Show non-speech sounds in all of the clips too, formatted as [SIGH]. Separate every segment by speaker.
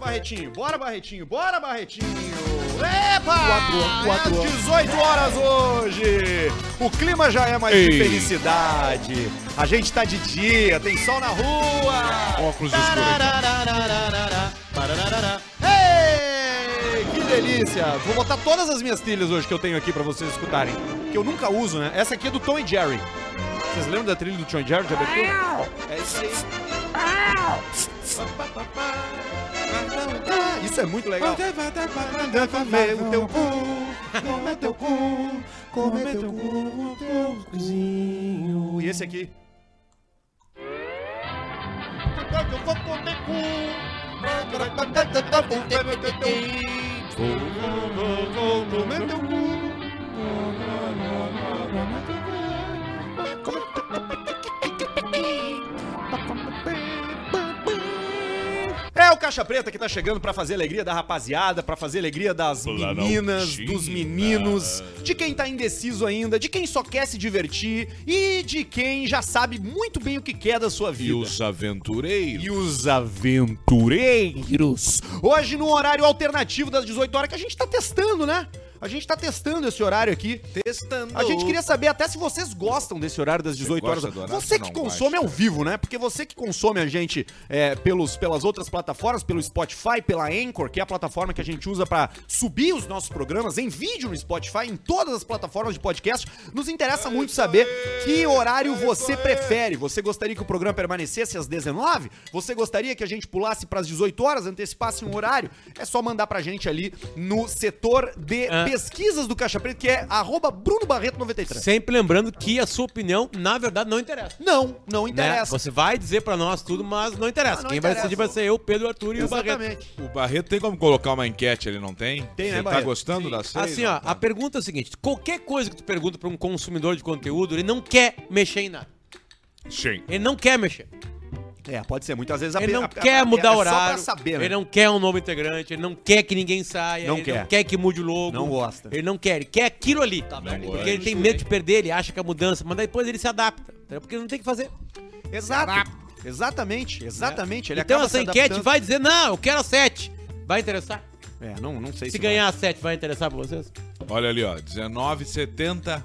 Speaker 1: Barretinho, bora, Barretinho, bora, Barretinho. Epa!
Speaker 2: Quatro, quatro.
Speaker 1: É às 18 horas hoje. O clima já é mais de
Speaker 2: Ei.
Speaker 1: felicidade. A gente tá de dia, tem sol na rua.
Speaker 2: Óculos escuros.
Speaker 1: Tararararararará, parararará. Ei, que delícia! Vou botar todas as minhas trilhas hoje que eu tenho aqui pra vocês escutarem. Que eu nunca uso, né? Essa aqui é do Tom e Jerry. Vocês lembram da trilha do Tom e Jerry de abertura? É isso aí. Isso é muito legal. Manda comer o teu cu, comer teu cu, comer teu cu, teu cuzinho. E esse aqui? Eu vou comer cu. Vou, vou, vou, comer teu cu. É o Caixa Preta que tá chegando pra fazer alegria da rapaziada, pra fazer alegria das
Speaker 2: Planaltina.
Speaker 1: meninas, dos meninos, de quem tá indeciso ainda, de quem só quer se divertir e de quem já sabe muito bem o que quer da sua vida.
Speaker 2: E os aventureiros.
Speaker 1: E os aventureiros. Hoje, no horário alternativo das 18 horas, que a gente tá testando, né? A gente tá testando esse horário aqui.
Speaker 2: Testando.
Speaker 1: A gente queria saber até se vocês gostam desse horário das 18 horas.
Speaker 2: gosta do horário?
Speaker 1: Você que
Speaker 2: Não
Speaker 1: consome
Speaker 2: gosta.
Speaker 1: ao vivo, né? Porque você que consome a gente é, pelos, pelas outras plataformas, pelo Spotify, pela Anchor, que é a plataforma que a gente usa pra subir os nossos programas em vídeo no Spotify, em todas as plataformas de podcast, nos interessa muito saber que horário você prefere. Você gostaria que o programa permanecesse às 19? Você gostaria que a gente pulasse pras 18 horas, antecipasse um horário? É só mandar pra gente ali no setor de pesquisas do Caixa Preto, que é arroba Bruno Barreto 93.
Speaker 3: Sempre lembrando que a sua opinião, na verdade, não interessa.
Speaker 1: Não, não
Speaker 3: né?
Speaker 1: interessa.
Speaker 3: Você vai dizer pra nós tudo, mas não interessa.
Speaker 1: Ah, não
Speaker 3: Quem vai
Speaker 1: interessa.
Speaker 3: decidir vai ser eu, Pedro, Arthur e o Barreto.
Speaker 1: Exatamente.
Speaker 2: O Barreto tem como colocar uma enquete, ele não tem?
Speaker 1: Tem, né,
Speaker 2: Você tá
Speaker 1: Barreto?
Speaker 2: gostando da série?
Speaker 3: Assim, ó,
Speaker 1: tá.
Speaker 3: a pergunta é a seguinte: qualquer coisa que tu pergunta pra um consumidor de conteúdo, ele não quer mexer em nada.
Speaker 2: Sim.
Speaker 3: Ele não quer mexer.
Speaker 1: É, pode ser. Muitas vezes a
Speaker 3: Ele
Speaker 1: pe-
Speaker 3: não
Speaker 1: a- a-
Speaker 3: quer
Speaker 1: é-
Speaker 3: mudar
Speaker 1: é
Speaker 3: o horário.
Speaker 1: Só pra saber, né?
Speaker 3: Ele não quer um novo integrante, ele não quer que ninguém saia,
Speaker 1: Não
Speaker 3: ele
Speaker 1: quer.
Speaker 3: não quer que mude o logo.
Speaker 1: Não gosta.
Speaker 3: Ele não quer, ele quer aquilo ali.
Speaker 2: bem.
Speaker 3: porque ele tem medo de perder, ele acha que é mudança, mas depois ele se adapta. entendeu? Porque ele não tem o que fazer.
Speaker 1: Exato. Exatamente, exatamente. Ele
Speaker 3: então
Speaker 1: acaba se
Speaker 3: essa enquete
Speaker 1: adaptando.
Speaker 3: vai dizer, não, eu quero a 7. Vai interessar?
Speaker 1: É, não, não sei
Speaker 3: Se ganhar a 7, vai interessar pra vocês?
Speaker 2: Olha ali, ó. 19, 70.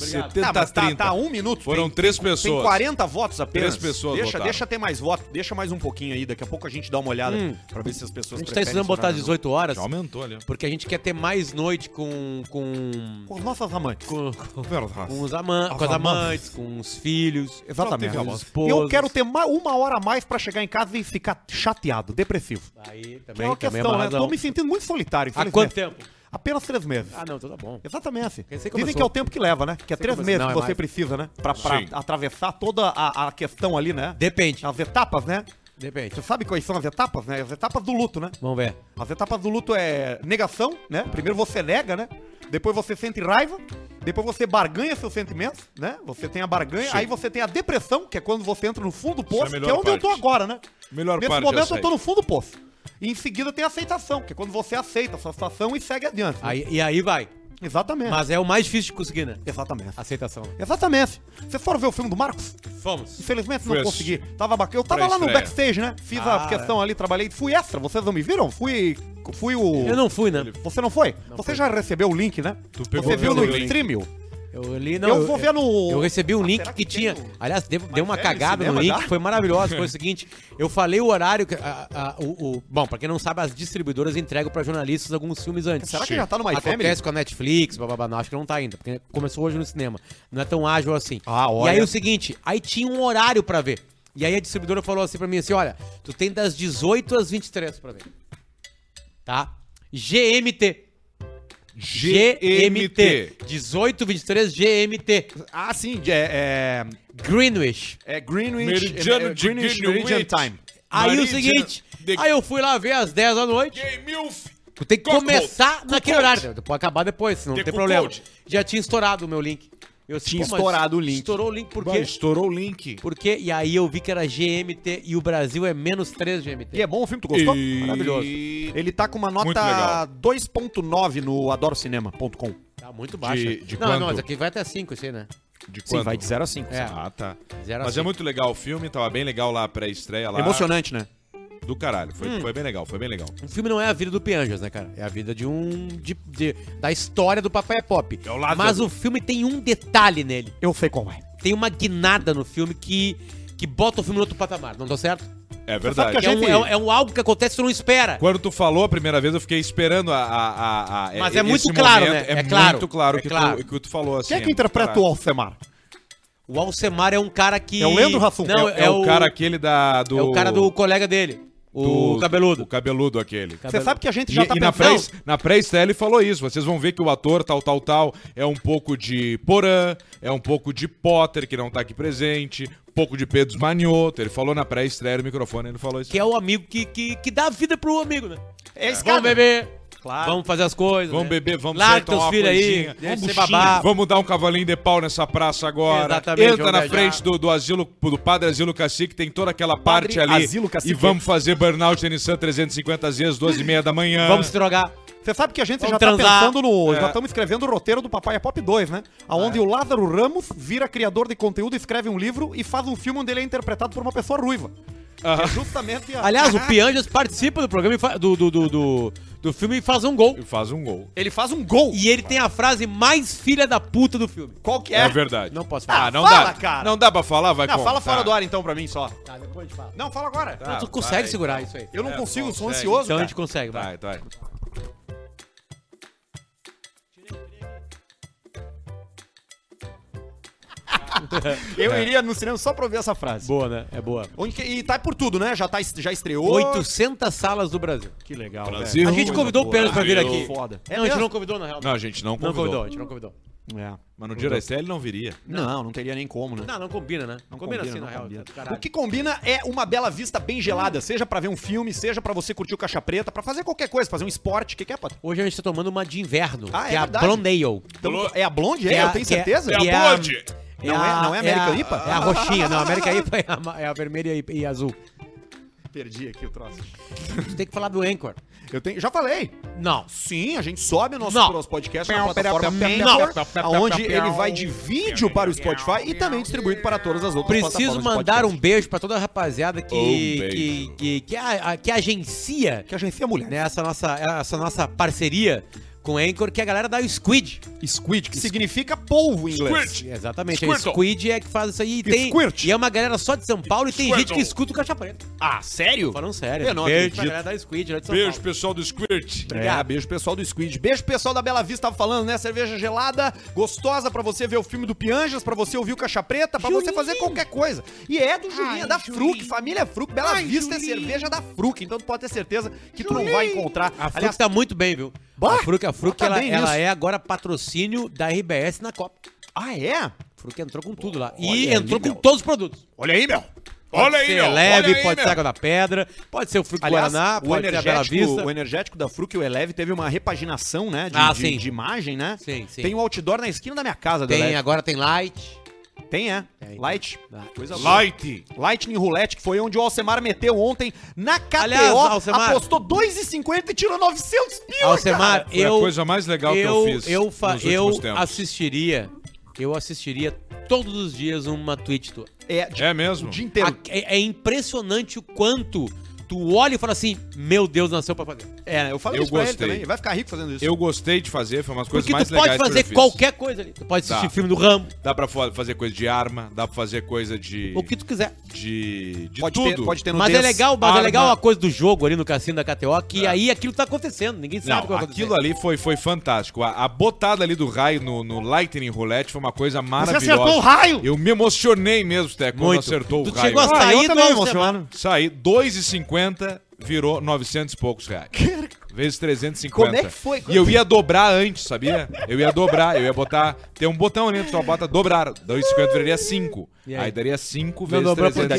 Speaker 3: Obrigado.
Speaker 2: 70,
Speaker 1: Tá, mas tá,
Speaker 2: 30.
Speaker 1: tá um minuto.
Speaker 2: Foram
Speaker 1: tem,
Speaker 2: três
Speaker 1: tem
Speaker 2: pessoas.
Speaker 1: 40 votos apenas.
Speaker 2: Três pessoas
Speaker 1: deixa,
Speaker 2: votaram.
Speaker 1: deixa ter mais voto. Deixa mais um pouquinho aí. Daqui a pouco a gente dá uma olhada
Speaker 3: Hum.
Speaker 1: pra ver se as pessoas
Speaker 3: A gente tá
Speaker 1: preferem
Speaker 3: estudando
Speaker 1: esse
Speaker 3: botar às
Speaker 1: horário ou
Speaker 3: 18 horas,
Speaker 2: Já aumentou ali, ó.
Speaker 3: porque a gente quer ter mais noite com. com.
Speaker 1: não. Com as nossas amantes.
Speaker 3: com,
Speaker 2: tá.
Speaker 3: com os amantes, com as amantes, com os filhos, com os esposos.
Speaker 1: Eu quero ter ma- uma hora a mais pra chegar em casa e ficar chateado, depressivo.
Speaker 3: Aí
Speaker 1: Que é
Speaker 3: também,
Speaker 1: uma
Speaker 3: também é
Speaker 1: questão,
Speaker 3: uma
Speaker 1: né?
Speaker 3: razão.
Speaker 1: Tô me sentindo muito solitário.
Speaker 3: Há
Speaker 1: infelizmente.
Speaker 3: quanto tempo?
Speaker 1: Apenas três meses.
Speaker 3: Ah, não, então tá bom.
Speaker 1: Exatamente.
Speaker 3: Recém
Speaker 1: Dizem
Speaker 3: começou.
Speaker 1: que é o tempo que leva, né? Que é três
Speaker 3: começou.
Speaker 1: meses
Speaker 3: Não,
Speaker 1: que
Speaker 3: é
Speaker 1: você
Speaker 3: mais.
Speaker 1: precisa, né? Pra, pra
Speaker 2: Sim.
Speaker 1: atravessar toda a, a questão ali, né?
Speaker 3: Depende,
Speaker 1: As etapas, né? Você
Speaker 3: depende.
Speaker 1: sabe quais são as etapas, né? As etapas do luto, né?
Speaker 3: Vamos ver.
Speaker 1: As etapas do luto é negação, né? Primeiro você nega, né? Depois você sente raiva. Depois você barganha seus sentimentos, né? Você tem a barganha.
Speaker 2: Sim.
Speaker 1: aí você tem a depressão, que é quando você entra no fundo do
Speaker 2: é a
Speaker 1: poço,
Speaker 2: melhor
Speaker 1: que é onde eu tô
Speaker 2: parte.
Speaker 1: agora, né?
Speaker 2: Melhor
Speaker 1: Nesse
Speaker 2: parte,
Speaker 1: momento
Speaker 2: eu
Speaker 1: eu tô
Speaker 2: sei.
Speaker 1: no fundo do poço. E em seguida tem a aceitação, que é quando você aceita a sua situação e segue adiante. né?
Speaker 3: Aí, e aí vai.
Speaker 1: Exatamente.
Speaker 3: Mas é o mais difícil de conseguir, né?
Speaker 1: Exatamente.
Speaker 3: Aceitação.
Speaker 1: Exatamente. Vocês foram ver o filme do Marcos?
Speaker 3: Fomos.
Speaker 1: Infelizmente
Speaker 2: Fui
Speaker 1: não consegui. Tava bacana. Eu tava
Speaker 2: Pra
Speaker 1: lá no
Speaker 2: estreia.
Speaker 1: backstage, né? Fiz a
Speaker 3: Ah,
Speaker 1: questão ali, trabalhei. Fui extra, vocês não me viram? Fui. Fui o.
Speaker 3: Eu não fui, né?
Speaker 1: Você não foi? você
Speaker 3: fui.
Speaker 1: já recebeu o link, né?
Speaker 2: Tu pegou
Speaker 1: você viu no
Speaker 2: o link.
Speaker 1: streamio?
Speaker 3: Eu li, não.
Speaker 1: Eu vou ver no-
Speaker 3: Eu recebi um
Speaker 1: Ah,
Speaker 3: link
Speaker 1: será
Speaker 3: que,
Speaker 1: que tem é
Speaker 3: tinha.
Speaker 1: no-
Speaker 3: Aliás, deu, deu uma
Speaker 1: sério,
Speaker 3: cagada
Speaker 1: cinema
Speaker 3: no link,
Speaker 1: já?
Speaker 3: que foi maravilhosa.
Speaker 1: [LAUGHS]
Speaker 3: Foi o seguinte: eu falei o horário. que- a- a- o, o- bom, pra quem não sabe, as distribuidoras entregam pra jornalistas alguns filmes antes.
Speaker 1: Será que já tá no My
Speaker 3: Acontece
Speaker 1: Family?
Speaker 3: com a Netflix, blá, blá, blá, não, acho que não tá ainda, porque começou hoje no cinema. Não é tão ágil assim.
Speaker 1: Ah,
Speaker 3: E aí
Speaker 1: olha.
Speaker 3: o seguinte, aí tinha um horário pra ver. E aí a distribuidora falou assim pra mim assim, olha, tu tem das 18 às 23 pra ver. Tá? GMT.
Speaker 2: GMT.
Speaker 3: 18, 23, GMT.
Speaker 1: Ah, sim. É.
Speaker 3: Greenwich.
Speaker 1: É, é Greenwich.
Speaker 2: Meridiano
Speaker 1: é,
Speaker 2: de
Speaker 1: Greenwich
Speaker 2: Greenwich.
Speaker 1: Meridian Time.
Speaker 3: Aí
Speaker 2: Meridian
Speaker 3: o seguinte,
Speaker 2: de-
Speaker 3: aí eu fui lá ver às 10 da noite.
Speaker 2: Gay Milf.
Speaker 3: Tu tem que
Speaker 2: Cuckold.
Speaker 3: começar naquele
Speaker 2: Cuckold.
Speaker 3: horário. Tu Pode acabar depois, senão
Speaker 2: The
Speaker 3: não tem problema.
Speaker 2: Cuckold.
Speaker 3: Já tinha estourado o meu link. Eu disse,
Speaker 1: Tinha
Speaker 3: "Pô, mas
Speaker 1: estourado o link."
Speaker 3: Estourou o link por
Speaker 2: Vai,
Speaker 3: quê?
Speaker 2: Estourou o link.
Speaker 3: Porque, e aí eu vi que era GMT e o Brasil é menos 3 GMT.
Speaker 1: E é bom o filme, tu gostou?
Speaker 2: E-
Speaker 1: Maravilhoso. Ele tá com uma
Speaker 2: Muito legal.
Speaker 1: nota 2.9 no adorocinema.com.
Speaker 3: Tá muito baixo.
Speaker 2: De- de
Speaker 3: não,
Speaker 2: quanto?
Speaker 3: não, mas aqui vai até 5 isso aí, né?
Speaker 2: De
Speaker 1: Sim,
Speaker 2: quando?
Speaker 1: vai de 0 a 5.
Speaker 3: É.
Speaker 2: Ah, tá.
Speaker 3: Zero a
Speaker 2: Mas é
Speaker 3: cinco.
Speaker 2: muito legal o filme, tava bem legal lá a pré-estreia lá.
Speaker 1: Emocionante, né?
Speaker 2: Do caralho. Foi, foi bem legal, foi bem legal.
Speaker 3: Um filme não é a vida do Pianjas, né, cara? É a vida de um. de- de- da história do Papai é Pop.
Speaker 2: É o lado
Speaker 3: Mas
Speaker 2: da-
Speaker 3: o filme tem um detalhe nele.
Speaker 1: Eu sei como é.
Speaker 3: Tem uma guinada no filme que. que bota o filme no outro patamar, não tá certo?
Speaker 2: É
Speaker 1: sabe
Speaker 2: verdade.
Speaker 1: que a
Speaker 3: Que é, um,
Speaker 1: gente-
Speaker 3: é um- é um algo que acontece que tu não espera.
Speaker 2: Quando tu falou a primeira vez, eu fiquei esperando a. a- a- a-
Speaker 3: Mas
Speaker 2: e-
Speaker 3: é muito
Speaker 2: esse
Speaker 3: claro,
Speaker 2: momento.
Speaker 3: né?
Speaker 2: É,
Speaker 3: É claro,
Speaker 2: muito claro
Speaker 3: é
Speaker 2: que,
Speaker 3: claro.
Speaker 2: Tu, que tu falou assim.
Speaker 1: Quem é que
Speaker 2: muito
Speaker 1: interpreta
Speaker 2: caralho.
Speaker 1: o Alcemar?
Speaker 3: O Alcemar é um cara que.
Speaker 1: É o Leandro Hassum.
Speaker 3: Não, é,
Speaker 2: É, o cara aquele da. Do,
Speaker 3: É o cara do colega dele. O
Speaker 2: do-
Speaker 3: cabeludo.
Speaker 2: O cabeludo aquele.
Speaker 1: Você sabe que a gente
Speaker 2: E,
Speaker 1: já tá
Speaker 2: e na
Speaker 1: pensando...
Speaker 2: pré- na pré-estreia ele falou isso. Vocês vão ver que o ator tal, tal, tal é um pouco de Porã, é um pouco de Potter, que não tá aqui presente, um pouco de Pedro Manioto. Ele falou na pré-estreia no microfone, ele falou isso.
Speaker 3: Que é o amigo que, que, que dá vida pro amigo, né?
Speaker 1: É esse cara.
Speaker 3: Vamos beber.
Speaker 1: Claro.
Speaker 3: Vamos fazer as coisas.
Speaker 2: Vamos
Speaker 3: né?
Speaker 2: beber, vamos tomar
Speaker 3: Larga teus
Speaker 2: uma
Speaker 3: filhos aí.
Speaker 2: coisinha.
Speaker 3: Vamos ser
Speaker 2: Vamos
Speaker 3: babá.
Speaker 2: Vamos dar um cavalinho de pau nessa praça agora.
Speaker 3: Exatamente,
Speaker 2: Entra
Speaker 3: vamos
Speaker 2: na
Speaker 3: viajar.
Speaker 2: frente do, do asilo do padre Asilo Cacique, tem toda aquela
Speaker 1: Padre
Speaker 2: parte ali.
Speaker 1: Asilo Cacique.
Speaker 2: E vamos fazer burnout em Nissan 350 às vezes, 12 e meia da manhã.
Speaker 3: Vamos se drogar.
Speaker 1: Você sabe que a gente
Speaker 3: Vamos
Speaker 1: já
Speaker 3: transar.
Speaker 1: tá pensando no.
Speaker 2: É.
Speaker 1: Já estamos escrevendo o roteiro do Papai é Pop 2, né? Aonde
Speaker 3: É.
Speaker 1: o Lázaro Ramos vira criador de conteúdo, escreve um livro e faz um filme onde ele é interpretado por uma pessoa ruiva. Que é justamente a.
Speaker 3: Aliás,
Speaker 1: [LAUGHS]
Speaker 3: o Pianjas participa do programa e fa- do, do, do, do, do filme e faz um gol.
Speaker 2: E faz um gol.
Speaker 1: Ele faz um gol.
Speaker 3: E ele tem a frase mais filha da puta do filme.
Speaker 1: Qual que
Speaker 2: É,
Speaker 1: é?
Speaker 2: verdade.
Speaker 3: Não posso
Speaker 2: Ah,
Speaker 3: falar.
Speaker 2: não
Speaker 1: fala,
Speaker 2: dá.
Speaker 1: cara.
Speaker 2: Não dá pra falar, vai
Speaker 1: Não,
Speaker 2: contar.
Speaker 1: fala fora do ar então pra mim só.
Speaker 3: Tá, depois a gente fala.
Speaker 1: Não, fala agora.
Speaker 2: Tá.
Speaker 3: tu consegue
Speaker 2: vai.
Speaker 3: segurar isso aí.
Speaker 1: Eu não
Speaker 2: É,
Speaker 1: consigo, sou
Speaker 2: consegue.
Speaker 1: ansioso.
Speaker 3: Então a gente
Speaker 1: cara.
Speaker 3: consegue, vai.
Speaker 2: Tá, tá.
Speaker 1: Eu iria no cinema só pra ouvir essa frase.
Speaker 3: é. Boa, né? É boa.
Speaker 1: Onde que- E tá por tudo, né? Já, tá, já estreou.
Speaker 3: 800 salas do Brasil.
Speaker 1: Que legal. né?
Speaker 2: Brasil.
Speaker 3: A gente convidou o Pianjas pra vir
Speaker 2: Brasil.
Speaker 3: aqui.
Speaker 1: Foda. É
Speaker 3: Não, a gente
Speaker 1: mesmo?
Speaker 3: não convidou, na real.
Speaker 2: Não, a gente não
Speaker 3: Não
Speaker 2: convidou.
Speaker 3: convidou, a gente não convidou.
Speaker 1: velho. É.
Speaker 2: Mas no dia da estreia ele não viria.
Speaker 1: Não, não teria nem como, né?
Speaker 3: Não, não combina, né?
Speaker 1: Não
Speaker 3: combina, assim,
Speaker 1: não
Speaker 3: na
Speaker 1: combina.
Speaker 3: real. Caralho.
Speaker 1: O que combina é uma bela vista bem gelada, seja pra ver um filme, seja pra você curtir o caixa preta, pra fazer qualquer coisa, fazer um esporte, o que, que é, Pato?
Speaker 3: Hoje a gente tá tomando uma de inverno,
Speaker 1: Ah,
Speaker 3: que
Speaker 1: é
Speaker 3: é, a
Speaker 1: verdade.
Speaker 3: Blonde Ale.
Speaker 1: Então,
Speaker 2: Blonde.
Speaker 1: é a Blonde,
Speaker 3: Que
Speaker 1: é?
Speaker 3: a-
Speaker 1: Eu tenho
Speaker 3: que é-
Speaker 1: certeza?
Speaker 2: É a
Speaker 3: E a-
Speaker 2: Blonde!
Speaker 1: Não é- não é América
Speaker 3: a-
Speaker 1: IPA?
Speaker 3: É a roxinha, não. A América IPA é a, ma- é a vermelha e, e azul.
Speaker 1: Perdi aqui o troço.
Speaker 3: A gente tem que falar do Anchor.
Speaker 1: Eu tenho, já falei.
Speaker 3: Não.
Speaker 1: Sim, a gente sobe o nosso,
Speaker 3: Não.
Speaker 1: nosso podcast na
Speaker 3: Não.
Speaker 1: plataforma
Speaker 3: Não.
Speaker 1: Anchor, onde ele vai de vídeo para o Spotify e também distribuído para todas as outras
Speaker 3: Preciso
Speaker 1: plataformas de
Speaker 3: mandar um
Speaker 1: podcast.
Speaker 3: beijo pra toda a rapaziada que,
Speaker 2: Um beijo.
Speaker 3: que, que, que, a- a- que agencia
Speaker 1: Que agencia mulher.
Speaker 3: né, essa, nossa, essa nossa parceria com o Anchor, que é a galera da Squid.
Speaker 1: Squid, que significa polvo em inglês.
Speaker 2: Squirt.
Speaker 3: Exatamente, a
Speaker 2: Squirtle.
Speaker 3: Squid é que faz isso aí. E, tem,
Speaker 1: Squirt.
Speaker 3: e é uma galera só de São Paulo e tem gente que
Speaker 2: Squirtle.
Speaker 3: escuta o Caixa Preta.
Speaker 1: Ah, sério?
Speaker 3: Falando sério.
Speaker 1: Eu não
Speaker 3: beijo
Speaker 1: acredito.
Speaker 3: pra galera da Squid, lá de São Paulo.
Speaker 2: Beijo, pessoal do Squirt.
Speaker 1: É, beijo pessoal do Squid. Beijo pessoal da Bela Vista, tava falando, né? Cerveja gelada, gostosa pra você ver o filme do Pianjas, pra você ouvir o Caixa Preta, pra você fazer qualquer coisa. E é do Julinha, da Fruc, família Fruc. Bela Vista é cerveja da Fruc, então tu pode ter certeza que tu não vai encontrar.
Speaker 3: A Fruc
Speaker 1: Aliás,
Speaker 3: tá muito bem, viu?
Speaker 1: Bah,
Speaker 3: a Fruc, a Fruc
Speaker 1: tá
Speaker 3: ela,
Speaker 1: bem
Speaker 3: ela
Speaker 1: nisso.
Speaker 3: é agora patrocínio da RBS na Copa.
Speaker 1: ah, é?
Speaker 3: A Fruc entrou com tudo lá.
Speaker 1: Olha
Speaker 3: E
Speaker 1: aí,
Speaker 3: entrou com
Speaker 1: meu.
Speaker 3: todos os produtos.
Speaker 1: Olha aí, meu.
Speaker 2: Olha aí,
Speaker 3: Ser
Speaker 2: meu.
Speaker 3: leve,
Speaker 2: Olha aí,
Speaker 3: pode ser
Speaker 2: meu.
Speaker 3: água da pedra, pode ser o Fruc
Speaker 1: Aliás,
Speaker 3: Guaraná,
Speaker 1: o,
Speaker 3: pode ser a Bela
Speaker 1: energético,
Speaker 3: Vista.
Speaker 1: o energético da Fruc, o Eleve, teve uma repaginação, né? De,
Speaker 3: Ah,
Speaker 1: de-
Speaker 3: sim.
Speaker 1: de imagem, né?
Speaker 3: Sim, sim.
Speaker 1: Tem um outdoor na esquina da minha casa, do
Speaker 3: Tem,
Speaker 1: Eleve.
Speaker 3: agora tem light.
Speaker 1: Tem, é.
Speaker 3: Tem.
Speaker 1: Light.
Speaker 3: Tá.
Speaker 1: Coisa boa.
Speaker 2: Light.
Speaker 1: Lightning Roulette, que foi onde o Alcemar meteu ontem na KTO,
Speaker 3: Aliás, Alcemar-
Speaker 1: apostou 2,50 e tirou 900 pila,
Speaker 3: Alcemar,
Speaker 1: cara.
Speaker 2: Foi
Speaker 3: eu,
Speaker 2: a coisa mais legal
Speaker 3: eu,
Speaker 2: que eu fiz
Speaker 3: eu, fa-
Speaker 2: nos
Speaker 3: eu
Speaker 2: últimos tempos.
Speaker 3: assistiria, eu assistiria todos os dias uma tweet tua.
Speaker 1: É, Ah, de-
Speaker 2: É
Speaker 1: o
Speaker 2: mesmo?
Speaker 1: dia inteiro.
Speaker 3: A- é, é impressionante o quanto tu olha e fala assim, meu Deus, nasceu pra fazer.
Speaker 1: É, eu falei
Speaker 2: Eu
Speaker 1: isso pra ele
Speaker 2: gostei.
Speaker 1: também. Ele vai ficar rico fazendo isso.
Speaker 2: Eu gostei de fazer, foi umas coisas
Speaker 3: Porque
Speaker 2: mais
Speaker 3: tu pode
Speaker 2: legais que eu
Speaker 3: fazer
Speaker 2: já fiz.
Speaker 3: qualquer coisa ali. Tu pode assistir
Speaker 2: Tá.
Speaker 3: filme do Rambo,
Speaker 2: Dá pra fo- fazer coisa de arma, dá pra fazer coisa de...
Speaker 3: o que tu quiser.
Speaker 2: De, de
Speaker 1: pode,
Speaker 2: tudo.
Speaker 1: Ter, pode ter Ah,
Speaker 3: Mas é
Speaker 1: nudez.
Speaker 3: legal, mas é
Speaker 2: arma.
Speaker 3: legal a coisa do jogo ali no cassino da KTO, que aí aquilo tá acontecendo, ninguém sabe o
Speaker 2: Não,
Speaker 3: que vai acontecer.
Speaker 2: aquilo é ali foi, foi fantástico. A, a botada ali do raio no, no Lightning Roulette foi uma coisa maravilhosa.
Speaker 1: acertou o raio!
Speaker 2: Eu me emocionei mesmo, Teco, quando
Speaker 3: Muito.
Speaker 2: acertou
Speaker 3: Tu
Speaker 2: o raio.
Speaker 3: chegou a
Speaker 2: Ah,
Speaker 1: Ah,
Speaker 3: Saí
Speaker 1: eu
Speaker 3: do
Speaker 1: também,
Speaker 3: Alcemar.
Speaker 1: emociono.
Speaker 2: Saí 2,50, virou 900 e poucos reais. Vezes 350.
Speaker 1: Como é que foi?
Speaker 2: E eu ia dobrar antes, sabia? Eu ia dobrar, eu ia botar. Tem um botão ali, tu só bota dobrar. 2,50 viraria 5.
Speaker 3: E
Speaker 2: Aí?
Speaker 3: aí?
Speaker 2: daria 5
Speaker 3: Não
Speaker 2: vezes
Speaker 3: dobrou
Speaker 2: 350.
Speaker 3: por quê?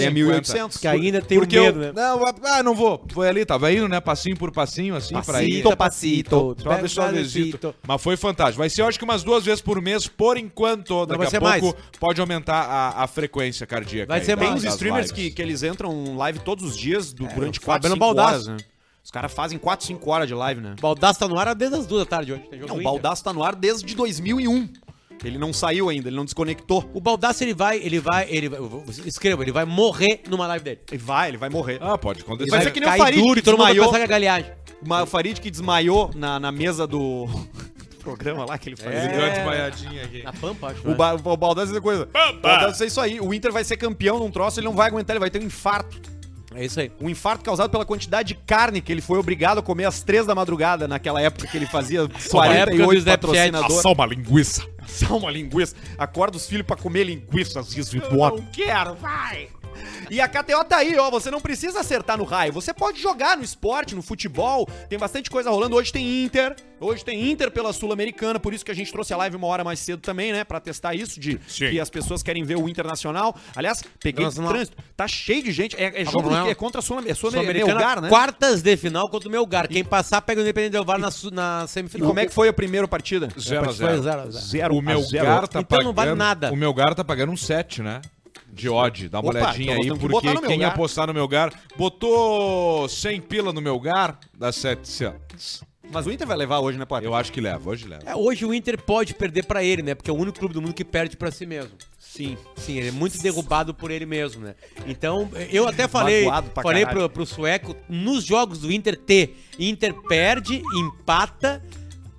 Speaker 1: Daria 1.800.
Speaker 3: Que ainda tem o
Speaker 2: Porque eu.
Speaker 3: medo, né?
Speaker 2: Não, ah, não vou. Foi ali, tava indo, né? Passinho por passinho, assim, pra ir.
Speaker 1: Passito, passito.
Speaker 2: Só
Speaker 3: Pega
Speaker 2: deixar
Speaker 3: o
Speaker 2: o
Speaker 3: adesito.
Speaker 2: adesito. Mas foi fantástico. Vai ser, eu acho que umas duas vezes por mês, por enquanto. Daqui
Speaker 3: vai
Speaker 2: a
Speaker 3: ser
Speaker 2: pouco
Speaker 3: mais.
Speaker 2: pode aumentar a, a frequência cardíaca.
Speaker 3: Vai
Speaker 2: aí
Speaker 3: ser
Speaker 2: da-
Speaker 1: Tem
Speaker 3: mais.
Speaker 1: uns
Speaker 2: das
Speaker 1: streamers que,
Speaker 2: lives.
Speaker 1: que eles entram live todos os dias do- durante
Speaker 3: É, o
Speaker 1: 4,
Speaker 3: Fabiano
Speaker 1: 5 horas,
Speaker 3: Baldassi.
Speaker 1: né? Os caras fazem 4, 5 horas de live, né?
Speaker 3: Baldaço tá no ar desde as duas da tarde hoje. Tem
Speaker 1: Não,
Speaker 3: jogo do
Speaker 1: o
Speaker 3: Inter.
Speaker 1: Baldaço tá no ar desde 2001. Ele não saiu ainda, ele não desconectou.
Speaker 3: O Baldaço, ele vai, ele vai, ele vai, eu vou- escreva, ele vai morrer numa live dele.
Speaker 1: Ele vai, ele vai morrer.
Speaker 2: Ah, pode acontecer.
Speaker 1: Mas
Speaker 3: vai
Speaker 1: é que nem o
Speaker 3: cair
Speaker 1: Farid
Speaker 3: duro
Speaker 1: que
Speaker 3: e todo mundo vai
Speaker 1: desmaiou.
Speaker 3: pensar que é galeagem.
Speaker 1: Mas o Farid que desmaiou na, na mesa do [LAUGHS] do programa lá que ele fazia.
Speaker 2: Ele deu uma desmaiadinha aqui.
Speaker 3: Na Pampa, acho. né?
Speaker 1: O, ba o Baldassi é essa coisa. Baldassi é isso aí. O Inter vai ser campeão num troço, ele não vai aguentar, ele vai ter um infarto.
Speaker 3: É isso aí.
Speaker 1: Um infarto causado pela quantidade de carne que ele foi obrigado a comer às três da madrugada, naquela época que ele
Speaker 3: [LAUGHS]
Speaker 1: fazia
Speaker 3: época do
Speaker 1: 48
Speaker 3: Snapchat.
Speaker 1: patrocinadores.
Speaker 2: Ah, uma linguiça.
Speaker 1: Só uma linguiça. Acorda os filhos pra comer linguiça, às vezes, e bota. Não quero, vai! E a KTO tá aí, ó. Você não precisa acertar no raio. Você pode jogar no esporte, no futebol. Tem bastante coisa rolando. Hoje tem Inter. Hoje tem Inter pela Sul-Americana. Por isso que a gente trouxe a live uma hora mais cedo também, né? Pra testar isso de
Speaker 2: Sim.
Speaker 1: que as pessoas querem ver o Internacional. Aliás, peguei
Speaker 3: Nós
Speaker 1: de
Speaker 3: não-
Speaker 1: trânsito. Tá cheio de gente. É, é jogo
Speaker 3: Manuel.
Speaker 1: que é contra a Sul-Americana. É Sul-Americana,
Speaker 3: Sul-Americana,
Speaker 1: né?
Speaker 3: quartas de final contra o Melgar. Quem passar, pega o Independente Del Var na, su- na
Speaker 1: E
Speaker 3: semifinal.
Speaker 1: como é que foi a primeira partida?
Speaker 2: Zero a
Speaker 3: Foi
Speaker 2: zero.
Speaker 3: zero a zero.
Speaker 1: Zero
Speaker 2: O
Speaker 1: a
Speaker 2: meu
Speaker 1: zero.
Speaker 2: gar tá
Speaker 3: Então
Speaker 2: pagando.
Speaker 3: não vale nada.
Speaker 2: O meu gar tá pagando um 7, né? De odd. Dá uma
Speaker 1: Opa,
Speaker 2: olhadinha
Speaker 1: então nós
Speaker 2: aí,
Speaker 1: temos que
Speaker 2: porque
Speaker 1: botar no meu
Speaker 2: quem
Speaker 1: gar.
Speaker 2: apostar no meu gar botou 100 pila no meu gar, dá 700.
Speaker 1: Mas o Inter vai levar hoje, né, Potter?
Speaker 2: Eu acho que leva, hoje leva.
Speaker 3: É, hoje o Inter pode perder pra ele, né? Porque é o único clube do mundo que perde pra si mesmo.
Speaker 1: Sim.
Speaker 3: Sim, ele é muito derrubado por ele mesmo, né? Então, eu até falei,
Speaker 1: Magoado pra
Speaker 3: falei
Speaker 1: caralho.
Speaker 3: pro, pro sueco, nos jogos do Inter T, Inter perde, empata,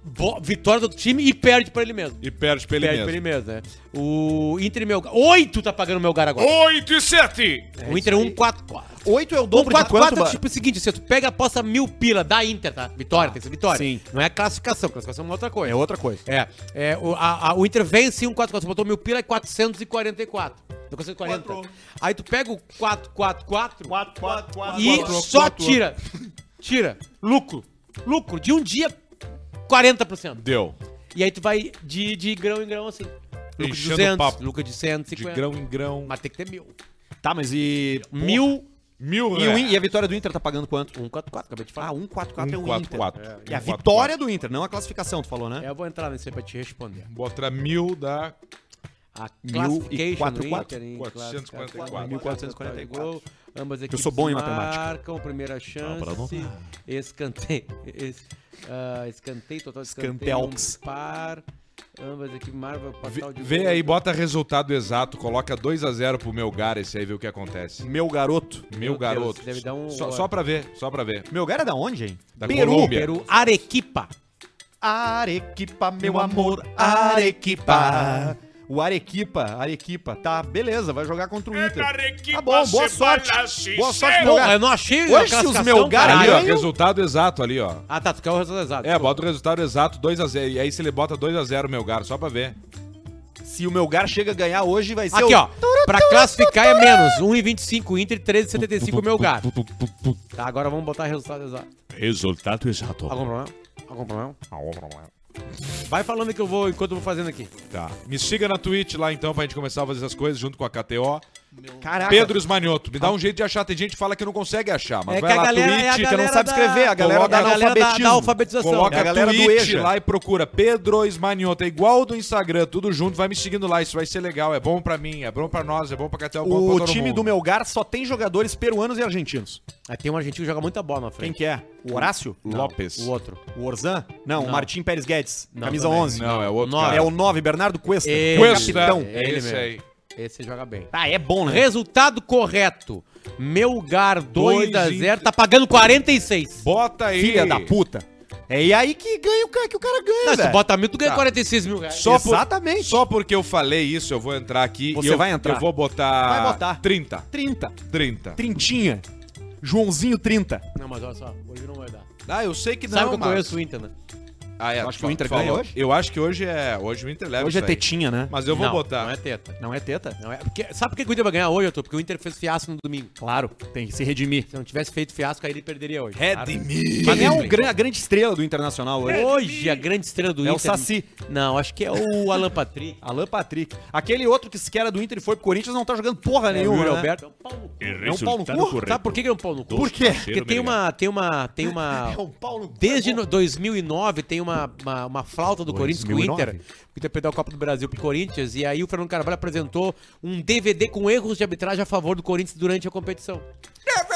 Speaker 3: vo- vitória do outro time e perde pra ele mesmo.
Speaker 2: E perde pra ele
Speaker 3: perde
Speaker 2: mesmo.
Speaker 3: pra ele mesmo, né? O Inter e meu... Oito tá pagando o meu gar agora.
Speaker 2: 8 e 7!
Speaker 3: o Inter é 144.
Speaker 1: Oito é o
Speaker 3: Ou
Speaker 1: dobro de
Speaker 3: 4
Speaker 1: quanto,
Speaker 3: 4
Speaker 1: Ba-
Speaker 3: é tipo o seguinte, se tu pega e aposta mil pila da Inter, tá? Vitória, tem que ser vitória.
Speaker 1: Ah. Sim.
Speaker 3: Não é classificação, classificação é uma outra coisa.
Speaker 1: É outra coisa.
Speaker 3: É, é, o, a, a- o Inter vence 144, botou mil pila é 444. Deu 440. Aí tu pega o 444 e
Speaker 2: quatro,
Speaker 3: só
Speaker 2: quatro.
Speaker 3: tira. Tira. Lucro. Lucro de um dia 40%.
Speaker 2: Deu.
Speaker 3: E aí tu vai de, de grão em grão assim. Lucro de
Speaker 2: Enchendo o
Speaker 3: 200,
Speaker 2: papo.
Speaker 3: lucro de
Speaker 2: De
Speaker 3: 150.
Speaker 2: grão em grão.
Speaker 3: Mas tem que ter mil.
Speaker 1: Tá, mas e. Mil.
Speaker 2: Mil
Speaker 3: Mil.
Speaker 2: né?
Speaker 1: E, o In- e a vitória do Inter tá pagando quanto?
Speaker 3: 144, acabei de falar.
Speaker 1: Ah, 144 é o Inter.
Speaker 2: 144.
Speaker 1: E a vitória do Inter, não a classificação, tu falou, né?
Speaker 3: Eu vou entrar nesse aí pra te responder.
Speaker 2: Bota mil dá
Speaker 3: A
Speaker 1: Mil e
Speaker 3: classification
Speaker 1: quatro,
Speaker 3: do
Speaker 1: quatro,
Speaker 3: Inter em
Speaker 2: 444.
Speaker 3: 1444. Gol, Ambas equipes
Speaker 1: sou bom em matemática.
Speaker 3: marcam primeira chance.
Speaker 2: para não-
Speaker 3: escanteio. Es, ah, escanteio total de escanteio.
Speaker 1: Escanteux.
Speaker 3: Um par. Ambas equipes marcam
Speaker 2: Vê,
Speaker 3: portal de
Speaker 2: vê
Speaker 3: gol.
Speaker 2: aí, bota resultado exato, coloca 2x0 pro meu gar esse aí, vê o que acontece.
Speaker 1: Meu garoto.
Speaker 2: É. Meu
Speaker 3: Deus,
Speaker 2: garoto.
Speaker 3: deve dar um-
Speaker 2: só, só pra ver, só pra ver.
Speaker 1: Meu garoto é da onde, hein?
Speaker 2: Da
Speaker 1: Peru.
Speaker 2: Colômbia.
Speaker 3: Peru, Arequipa.
Speaker 1: Arequipa, meu amor. Arequipa. O Arequipa, Arequipa. Tá, beleza, vai jogar contra o Inter. Tá bom, boa sorte. Boa sorte, meu
Speaker 3: Bom,
Speaker 1: garoto.
Speaker 3: eu não achei
Speaker 1: Hoje, se os meu gar-
Speaker 3: cara.
Speaker 2: Ali, ó,
Speaker 1: Caralho.
Speaker 2: resultado exato ali, ó.
Speaker 3: Ah, tá. Tu quer o resultado exato.
Speaker 2: É, bota o resultado exato, 2x0. E aí se ele bota 2x0 meu gar, só pra ver.
Speaker 1: Se o meu gar chega a ganhar hoje, vai ser
Speaker 3: Aqui,
Speaker 1: o-
Speaker 3: ó. Pra classificar é menos. 1,25 Inter, 13,75 meu gato. Tá, agora vamos botar resultado exato.
Speaker 2: Resultado exato.
Speaker 3: Algum problema? Algum problema? Vai falando que eu vou, enquanto eu vou fazendo aqui.
Speaker 2: Tá. Me siga na Twitch lá então pra gente começar a fazer essas coisas junto com a KTO.
Speaker 1: Caraca.
Speaker 2: Pedro Esmanioto, me dá um jeito de achar. Tem gente que fala que não consegue achar, mas
Speaker 3: É
Speaker 2: vai
Speaker 3: que a
Speaker 2: lá,
Speaker 3: galera-
Speaker 2: Twitch.
Speaker 3: é a
Speaker 1: Twitter não
Speaker 3: galera
Speaker 1: sabe
Speaker 3: da-
Speaker 1: escrever, a galera
Speaker 2: Coloca-
Speaker 1: da
Speaker 2: a
Speaker 3: galera da- da
Speaker 1: analfabetismo.
Speaker 3: alfabetização. né?
Speaker 2: Coloca
Speaker 1: É a galera do
Speaker 2: Twitch
Speaker 1: EJA.
Speaker 2: lá e procura Pedro Esmanioto. É igual do Instagram, tudo junto. Vai me seguindo lá, isso vai ser legal. É bom pra mim, é bom pra nós, é bom pra KTO, é bom pra
Speaker 1: O
Speaker 2: todo
Speaker 1: time
Speaker 2: mundo.
Speaker 1: do Melgar só tem jogadores peruanos e argentinos.
Speaker 3: Aí tem um argentino que joga muita bola na
Speaker 1: Quem
Speaker 3: frente.
Speaker 1: que é? O Horácio?
Speaker 2: Lopes.
Speaker 3: O outro.
Speaker 1: O Orzan? Não, o
Speaker 3: Não.
Speaker 1: Martim Pérez Guedes,
Speaker 3: Não,
Speaker 1: camisa
Speaker 3: também.
Speaker 1: 11.
Speaker 2: Não, é o outro
Speaker 3: Nove.
Speaker 2: cara.
Speaker 1: É o 9, Bernardo Cuesta.
Speaker 3: Ele-
Speaker 1: que é o
Speaker 2: Cuesta.
Speaker 1: capitão.
Speaker 2: É esse aí.
Speaker 3: Esse joga bem.
Speaker 1: Ah, é bom, né?
Speaker 3: Resultado correto. Melgar 2 a
Speaker 2: Dois
Speaker 3: 0 tá pagando 46.
Speaker 2: Bota aí.
Speaker 1: Filha da puta. É e aí que ganha o cara, que o cara ganha,
Speaker 3: Não, se
Speaker 1: velho.
Speaker 3: tu bota mil, tu ganha
Speaker 2: Tá.
Speaker 3: 46 mil reais.
Speaker 2: Só por-
Speaker 1: Exatamente.
Speaker 2: só porque eu falei isso, eu vou entrar aqui.
Speaker 1: Você
Speaker 2: e eu,
Speaker 1: vai entrar.
Speaker 2: Eu vou botar.
Speaker 1: Vai botar.
Speaker 2: 30.
Speaker 1: 30.
Speaker 2: 30.
Speaker 1: Trintinha. Joãozinho 30.
Speaker 3: Não, mas olha só, hoje não vai dar.
Speaker 2: Ah, eu sei que não,
Speaker 3: Sabe que eu
Speaker 2: mas-
Speaker 3: conheço o Inter, né?
Speaker 2: Ah, é,
Speaker 1: Eu acho que
Speaker 2: fa-
Speaker 1: o Inter
Speaker 2: falou.
Speaker 1: ganha hoje?
Speaker 2: Eu acho que hoje é. Hoje o Inter leva.
Speaker 1: Hoje é
Speaker 2: isso aí.
Speaker 1: tetinha, né?
Speaker 2: Mas eu vou
Speaker 3: Não,
Speaker 2: botar.
Speaker 3: Não é teta.
Speaker 1: Não é teta.
Speaker 3: Não é, porque, sabe por que que o Inter vai ganhar hoje, Arthur? Porque o Inter fez fiasco no domingo.
Speaker 1: Claro, tem que se redimir.
Speaker 3: Se não tivesse feito fiasco, aí ele perderia hoje.
Speaker 2: Redimir.
Speaker 1: Quem é o
Speaker 3: Redimir.
Speaker 1: gran- a grande estrela do Internacional hoje?
Speaker 3: Hoje a grande estrela do
Speaker 1: É o
Speaker 3: Inter.
Speaker 1: Saci.
Speaker 3: Não, acho que é o
Speaker 1: [LAUGHS]
Speaker 3: Alan Patrick.
Speaker 1: Alan Patrick. Aquele outro que sequer era do Inter e foi pro Corinthians não tá jogando porra
Speaker 3: É o
Speaker 1: nenhuma,
Speaker 3: Yuri
Speaker 1: né?
Speaker 3: Alberto. É um pau no cu.
Speaker 1: É um pau no cu?
Speaker 3: Sabe por que que é um pau no cu?
Speaker 1: Por quê?
Speaker 3: Porque tem uma, tem uma, tem uma...
Speaker 1: [LAUGHS] É um pau no cu.
Speaker 3: Desde no- 2009 tem uma, uma, uma flauta do Corinthians com o
Speaker 1: 2009?
Speaker 3: Inter. O Inter perdeu a Copa do Brasil pro Corinthians e aí o Fernando Carvalho apresentou um DVD com erros de arbitragem a favor do Corinthians durante a competição.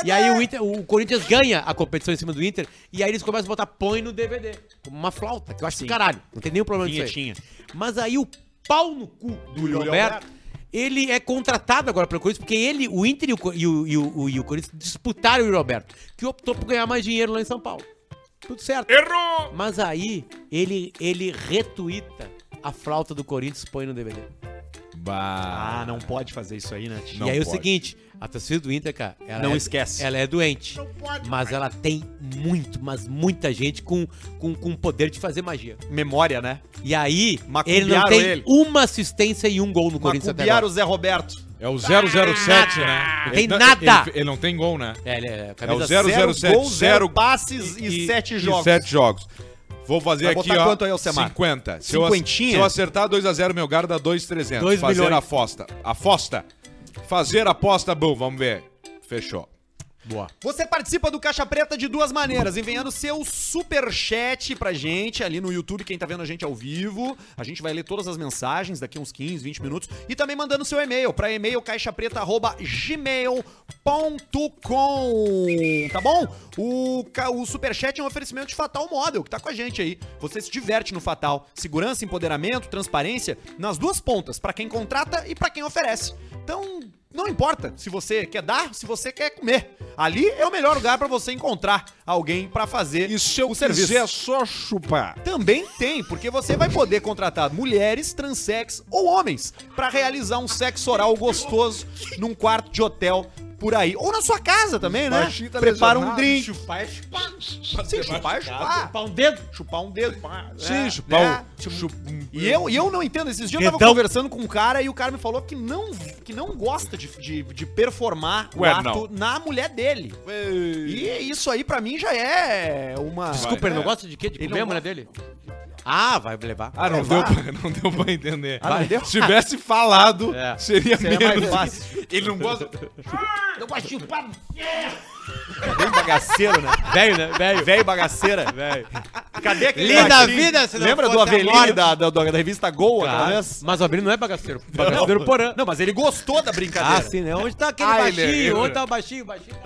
Speaker 3: E aí o, Inter- o Corinthians ganha a competição em cima do Inter e aí eles começam a botar põe no DVD. Como uma flauta, que eu acho que
Speaker 1: Sim.
Speaker 3: caralho. Não tem nenhum problema nisso aí.
Speaker 1: Vinhetinha.
Speaker 3: Mas aí o pau no cu do Yuri
Speaker 1: Yuri
Speaker 3: Alberto.
Speaker 1: Alberto.
Speaker 3: Ele é contratado agora pelo Corinthians, porque ele, o Inter e o, Co- e o, e o- e o Corinthians disputaram o Yuri Alberto, que optou por ganhar mais dinheiro lá em São Paulo. Tudo certo.
Speaker 2: Errou!
Speaker 3: Mas aí, ele, ele retuita a flauta do Corinthians e põe no DVD.
Speaker 2: Bah.
Speaker 1: Ah, não pode fazer isso aí, né, Tio?
Speaker 2: Não
Speaker 3: e aí é o
Speaker 2: pode.
Speaker 3: seguinte, a torcida do Inter, cara, ela
Speaker 1: Não
Speaker 3: é-
Speaker 1: esquece.
Speaker 3: Ela é doente.
Speaker 1: Não pode,
Speaker 3: mas ela tem muito, mas muita gente com, com, com poder de fazer magia.
Speaker 1: Memória, né?
Speaker 3: E aí, ele não
Speaker 1: Macumbiaram
Speaker 3: tem
Speaker 1: ele.
Speaker 3: uma assistência e um gol no Corinthians até
Speaker 1: Macumbiaram
Speaker 3: agora.
Speaker 1: o Zé Roberto.
Speaker 2: É o 007, né?
Speaker 3: Tem
Speaker 2: Ele não-
Speaker 3: nada.
Speaker 2: Ele, ele não tem gol, né?
Speaker 3: É, ele é,
Speaker 2: É o
Speaker 3: camisa
Speaker 2: 007.
Speaker 1: zero gols, zero
Speaker 2: zero
Speaker 1: passes e, sete jogos.
Speaker 2: sete jogos. Vou fazer
Speaker 1: Vai
Speaker 2: aqui,
Speaker 1: botar
Speaker 2: ó.
Speaker 1: quanto aí, Alcemar?
Speaker 2: 50. Se eu, ac-
Speaker 1: Cinquentinha?
Speaker 2: se eu acertar 2x0, meu gar dá 2,300.
Speaker 3: Dois
Speaker 2: Fazer
Speaker 3: milhões.
Speaker 2: a aposta. Aposta. Fazer a aposta, bom, vamos ver. Fechou.
Speaker 3: Boa.
Speaker 1: Você participa do Caixa Preta de duas maneiras, enviando seu superchat pra gente ali no YouTube, quem tá vendo a gente ao vivo. A gente vai ler todas as mensagens daqui uns 15, 20 minutos. E também mandando seu e-mail pra e-mail caixapreta.gmail.com, tá bom? O, ca- o superchat é um oferecimento de Fatal Model, que tá com a gente aí. Você se diverte no Fatal. Segurança, empoderamento, transparência, nas duas pontas, pra quem contrata e pra quem oferece. Então, não importa se você quer dar, se você quer comer. Ali é o melhor lugar pra você encontrar alguém pra fazer
Speaker 2: E se eu
Speaker 1: o serviço.
Speaker 2: quiser só chupar?
Speaker 1: Também tem, porque você vai poder contratar mulheres, transex ou homens pra realizar um sexo oral gostoso num quarto de hotel por aí. Ou na sua casa também, né?
Speaker 2: Baixinho tá
Speaker 1: Prepara um
Speaker 2: lesionado.
Speaker 1: drink.
Speaker 3: Chupar é chupar.
Speaker 1: Sim, chupar, é chupar.
Speaker 3: um dedo.
Speaker 1: Chupar um dedo.
Speaker 2: Sim,
Speaker 1: É,
Speaker 2: chupar
Speaker 1: né?
Speaker 2: o... Chup...
Speaker 1: E
Speaker 2: um
Speaker 1: eu, e eu não entendo. Esses dias eu tava
Speaker 2: Então-
Speaker 3: Dedão.
Speaker 1: conversando com um cara e o cara me falou que não, que não gosta de, de, de performar
Speaker 2: Ué,
Speaker 1: o ato na mulher dele. E isso aí pra mim já é uma.
Speaker 2: Desculpa,
Speaker 3: Cooper, não
Speaker 2: É.
Speaker 3: gosta de quê? De
Speaker 1: Ele
Speaker 3: comer
Speaker 1: não
Speaker 3: a mulher dele? Ah, vai levar.
Speaker 2: Ah, não
Speaker 1: É,
Speaker 2: deu,
Speaker 1: vá.
Speaker 2: pra, [LAUGHS] não deu pra entender.
Speaker 1: Ah, não
Speaker 2: Vai.
Speaker 1: deu?
Speaker 2: Se tivesse falado,
Speaker 3: É.
Speaker 2: seria,
Speaker 1: Seria mais
Speaker 2: menos.
Speaker 1: fácil.
Speaker 2: Ele não gosta...
Speaker 3: Ah, Eu gosto de chupar.
Speaker 1: Bem bagaceiro, né?
Speaker 3: Velho, né? Velho.
Speaker 1: Velho bagaceira. Velho. Cadê aquele
Speaker 3: Lida a
Speaker 1: gatinho?
Speaker 3: vida, se não
Speaker 1: Lembra do
Speaker 3: fosse a
Speaker 1: Aveline
Speaker 3: morte.
Speaker 1: da, da, da- da revista Gol, aquela
Speaker 3: Claro.
Speaker 1: vez?
Speaker 3: Mas o Abril não é bagaceiro. Bagaceiro porã.
Speaker 1: Tá Não, mas ele gostou da
Speaker 3: Ah,
Speaker 1: brincadeira.
Speaker 3: sim, né? Onde tá aquele
Speaker 2: Ah, ele é-
Speaker 3: baixinho?
Speaker 2: ele-
Speaker 3: Onde tá o baixinho, baixinho?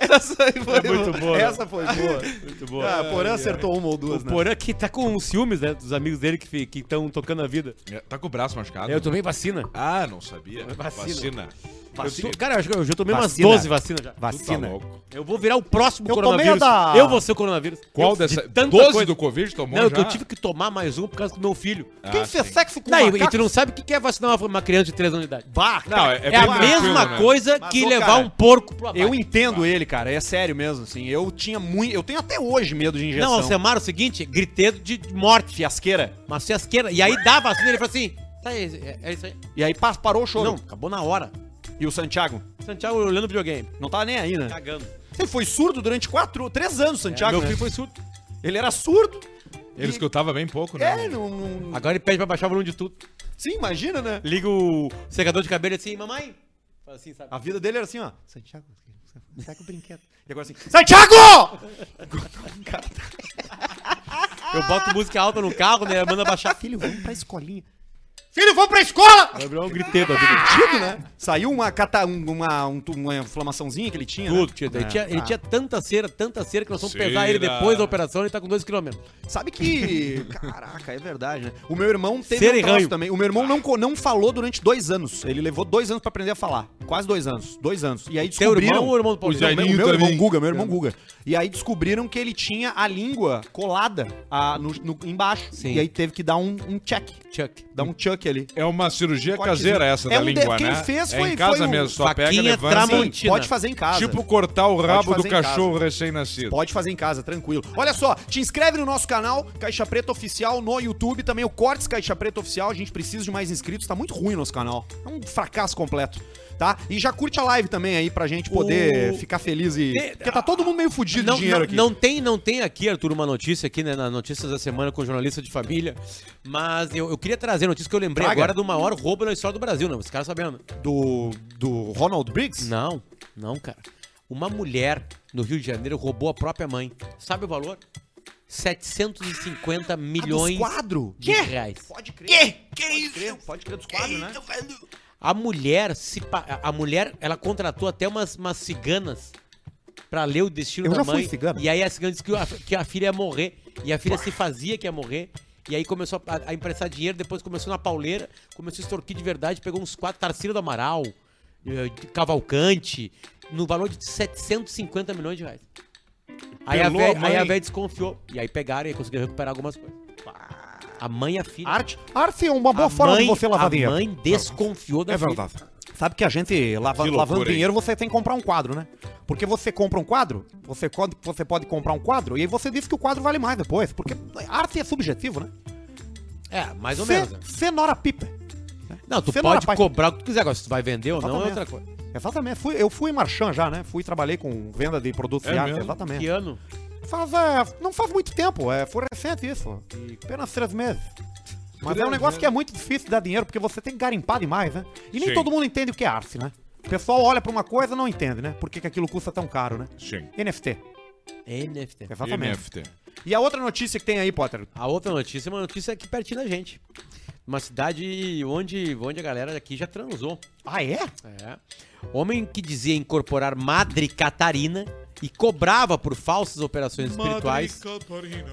Speaker 1: Essa foi
Speaker 2: muito boa.
Speaker 1: Essa foi boa.
Speaker 2: Muito
Speaker 1: Ah, Porã acertou uma ou duas,
Speaker 3: O
Speaker 1: né?
Speaker 3: Porã que tá com ciúmes, né? Dos amigos dele que fi- que estão tocando a vida.
Speaker 2: Tá com o braço machucado?
Speaker 3: Eu tomei vacina.
Speaker 2: Ah, não sabia.
Speaker 3: Vacina.
Speaker 2: Vacina.
Speaker 3: Eu tô- cara, eu acho que eu já tomei
Speaker 1: Vacina.
Speaker 3: umas 12 vacinas já.
Speaker 1: Vacina.
Speaker 2: Tá louco.
Speaker 3: Eu vou virar o próximo
Speaker 1: Eu tomei
Speaker 3: coronavírus.
Speaker 1: a da-
Speaker 3: Eu vou ser o coronavírus.
Speaker 2: Qual
Speaker 3: eu,
Speaker 2: dessa?
Speaker 3: de tanta
Speaker 2: 12
Speaker 3: coisa.
Speaker 2: do Covid tomou
Speaker 3: Não, é
Speaker 2: já?
Speaker 3: que eu tive que tomar mais um por causa do meu filho.
Speaker 2: Ah,
Speaker 1: Quem fez
Speaker 2: sim.
Speaker 1: sexo com
Speaker 3: Não, e- e
Speaker 1: Um macaco?
Speaker 3: tu não sabe o que que é vacinar uma, uma criança de 3 anos de idade.
Speaker 1: Bah,
Speaker 2: Não,
Speaker 1: cara.
Speaker 2: é,
Speaker 3: É,
Speaker 2: bem
Speaker 3: a
Speaker 2: tranquilo,
Speaker 3: mesma
Speaker 2: né?
Speaker 3: coisa
Speaker 1: Mas,
Speaker 3: que
Speaker 1: ô,
Speaker 3: levar
Speaker 1: cara,
Speaker 3: um porco pro abate.
Speaker 1: Eu entendo ele, cara. É sério mesmo, assim. Eu tinha muito. Eu tenho até hoje medo de injeção.
Speaker 3: Não, Alcemar, é o seguinte, griteiro de de morte.
Speaker 1: fiasqueira.
Speaker 3: Mas fiasqueira. E aí dá a vacina, ele falou assim, tá, é, é isso aí.
Speaker 1: E aí pa- parou o
Speaker 3: Não,
Speaker 1: choro.
Speaker 3: acabou na hora.
Speaker 1: E o Santiago?
Speaker 3: Santiago olhando o videogame.
Speaker 1: Não tava nem aí, né?
Speaker 3: Cagando. É,
Speaker 1: Ele foi surdo durante quatro, três anos, Santiago.
Speaker 3: meu
Speaker 1: né?
Speaker 3: filho foi surdo.
Speaker 1: Ele era surdo.
Speaker 2: Ele escutava bem pouco, né?
Speaker 1: É, não, não-
Speaker 3: Agora ele pede pra baixar o volume de tudo.
Speaker 1: Sim, imagina, né?
Speaker 3: Liga o secador de cabelo assim, mamãe. Fala assim, sabe?
Speaker 1: A vida dele era assim, ó. Santiago, saca o brinquedo. E agora assim, Santiago!
Speaker 3: Eu boto música alta no carro, né?
Speaker 1: [LAUGHS]
Speaker 3: Manda baixar.
Speaker 1: Filho, vamos pra escolinha. Filho, vamos pra escola!
Speaker 3: Vai virar um griteiro da vida.
Speaker 1: Tido, né? Saiu uma, cata, um- uma, um- uma inflamaçãozinha que ele tinha. né?
Speaker 3: Tudo, tio. Ele,
Speaker 1: É,
Speaker 3: tinha, Ah, ele
Speaker 1: tá.
Speaker 3: tinha tanta cera, tanta cera que nós vamos pesar
Speaker 2: Cera.
Speaker 3: ele depois da operação, ele tá com 2km.
Speaker 1: Sabe
Speaker 3: [LAUGHS]
Speaker 1: que. Caraca, é verdade, né? O meu irmão teve
Speaker 3: Ser
Speaker 1: um troço
Speaker 3: erranho.
Speaker 1: também. O meu irmão não, co- não falou durante dois anos. Ele levou dois anos pra aprender a falar. Quase dois anos. Dois anos. E aí
Speaker 3: Teu irmão
Speaker 1: descobriram.
Speaker 3: ou o irmão do
Speaker 1: Não,
Speaker 2: Zé-
Speaker 3: Paulinho?
Speaker 1: meu,
Speaker 2: Velhinho
Speaker 1: meu irmão
Speaker 2: também.
Speaker 1: Guga, meu irmão Guga. E aí descobriram que ele tinha a língua colada ah, no, no- embaixo.
Speaker 3: Sim.
Speaker 1: E aí teve que dar um, um check.
Speaker 3: Chuck.
Speaker 1: Dar um chuck ali.
Speaker 2: É uma cirurgia
Speaker 1: Cortezinho.
Speaker 2: caseira essa
Speaker 1: É
Speaker 2: da
Speaker 1: um de-
Speaker 2: língua,
Speaker 1: quem
Speaker 2: né?
Speaker 1: fez
Speaker 2: é
Speaker 1: foi-
Speaker 2: em casa
Speaker 1: foi um
Speaker 2: mesmo, só pega,
Speaker 3: faquinha
Speaker 2: levanta.
Speaker 1: Sim,
Speaker 3: tramon-
Speaker 2: Sim.
Speaker 3: Tramontina.
Speaker 1: Assim, pode fazer em casa.
Speaker 2: Tipo cortar o rabo
Speaker 1: fazer
Speaker 2: do
Speaker 1: em casa.
Speaker 2: cachorro recém-nascido.
Speaker 1: Pode fazer em casa, tranquilo. Olha só, te inscreve no nosso canal, Caixa Preta Oficial, no YouTube, também o Cortes Caixa Preta Oficial. A gente precisa de mais inscritos, tá muito ruim o nosso canal. É um fracasso completo, tá? E já curte a live também aí pra gente poder
Speaker 3: O-
Speaker 1: ficar feliz e.
Speaker 3: Te-
Speaker 1: Porque tá todo mundo meio fudido
Speaker 3: Não,
Speaker 1: de dinheiro
Speaker 3: não,
Speaker 1: aqui.
Speaker 3: não tem, não tem aqui, Arthur, uma notícia aqui, né? Na Notícias da Semana com jornalista de família. Mas eu, eu queria trazer a notícia que eu lembrei
Speaker 1: Traga.
Speaker 3: agora do maior roubo na história do Brasil, né? Os caras sabendo.
Speaker 1: Do. Do Ronald Briggs?
Speaker 3: Não, não, cara. Uma mulher no Rio de Janeiro roubou a própria mãe. Sabe o valor? 750 milhões
Speaker 1: Ah, quadro?
Speaker 3: de reais.
Speaker 1: Pode crer. Que? Que isso? Pode crer dos quadros, né?
Speaker 3: A mulher se pa- a- a mulher, ela contratou até umas, umas ciganas pra ler o destino
Speaker 1: Eu
Speaker 3: da
Speaker 1: já
Speaker 3: mãe.
Speaker 1: fui cigano.
Speaker 3: E aí a cigana disse que a, que a filha ia morrer. E a filha se fazia que ia morrer. E aí começou a, a emprestar dinheiro, depois começou na pauleira, começou a extorquir de verdade, pegou uns quatro, Tarcílio do Amaral, eh, de Cavalcante, no valor de 750 milhões de reais. Aí a,
Speaker 1: Pelou
Speaker 3: véia,
Speaker 1: a mãe.
Speaker 3: aí a véia desconfiou. E aí pegaram e conseguiram recuperar algumas coisas. A mãe e a filha.
Speaker 1: Arte, arte é uma boa forma de você lavar
Speaker 3: a
Speaker 1: dinheiro.
Speaker 3: mãe desconfiou da
Speaker 1: É
Speaker 3: filha.
Speaker 1: verdade. Sabe que a gente, lava,
Speaker 2: Que loucura,
Speaker 1: lavando
Speaker 2: hein?
Speaker 1: dinheiro, você tem que comprar um quadro, né? Porque você compra um quadro, você, co- você pode comprar um quadro, e aí você diz que o quadro vale mais depois. Porque arte é subjetivo, né?
Speaker 3: É, mais ou
Speaker 1: Ce-
Speaker 3: menos. né?
Speaker 1: Cenoura pipa.
Speaker 3: Não, tu
Speaker 1: Você não é
Speaker 3: pode
Speaker 1: rapaz-
Speaker 3: cobrar o que tu quiser. Agora, se tu vai vender ou não é
Speaker 1: Exatamente.
Speaker 3: outra coisa.
Speaker 1: Exatamente. Fui, eu fui marchand já, né? Fui, trabalhei com venda de produtos
Speaker 2: É
Speaker 1: de arte,
Speaker 2: mesmo?
Speaker 1: exatamente.
Speaker 3: Que ano?
Speaker 1: Faz, é, não faz muito tempo, é, foi recente isso. E apenas três meses. Mas
Speaker 2: Três
Speaker 1: é um negócio
Speaker 2: meses.
Speaker 1: que é muito difícil de dar dinheiro, porque você tem que garimpar demais, né? E nem
Speaker 2: Sim.
Speaker 1: todo mundo entende o que é arte, né? O pessoal olha pra uma coisa e não entende, né? Por que, que aquilo custa tão caro, né?
Speaker 2: Sim.
Speaker 1: NFT,
Speaker 3: NFT.
Speaker 1: exatamente.
Speaker 2: NFT.
Speaker 1: E a outra notícia que tem aí, Potter?
Speaker 3: A outra notícia é uma notícia aqui pertinho da gente. Uma cidade onde, onde a galera aqui já transou.
Speaker 1: Ah, é?
Speaker 3: É. Homem que dizia incorporar Madre Catarina e cobrava por falsas operações espirituais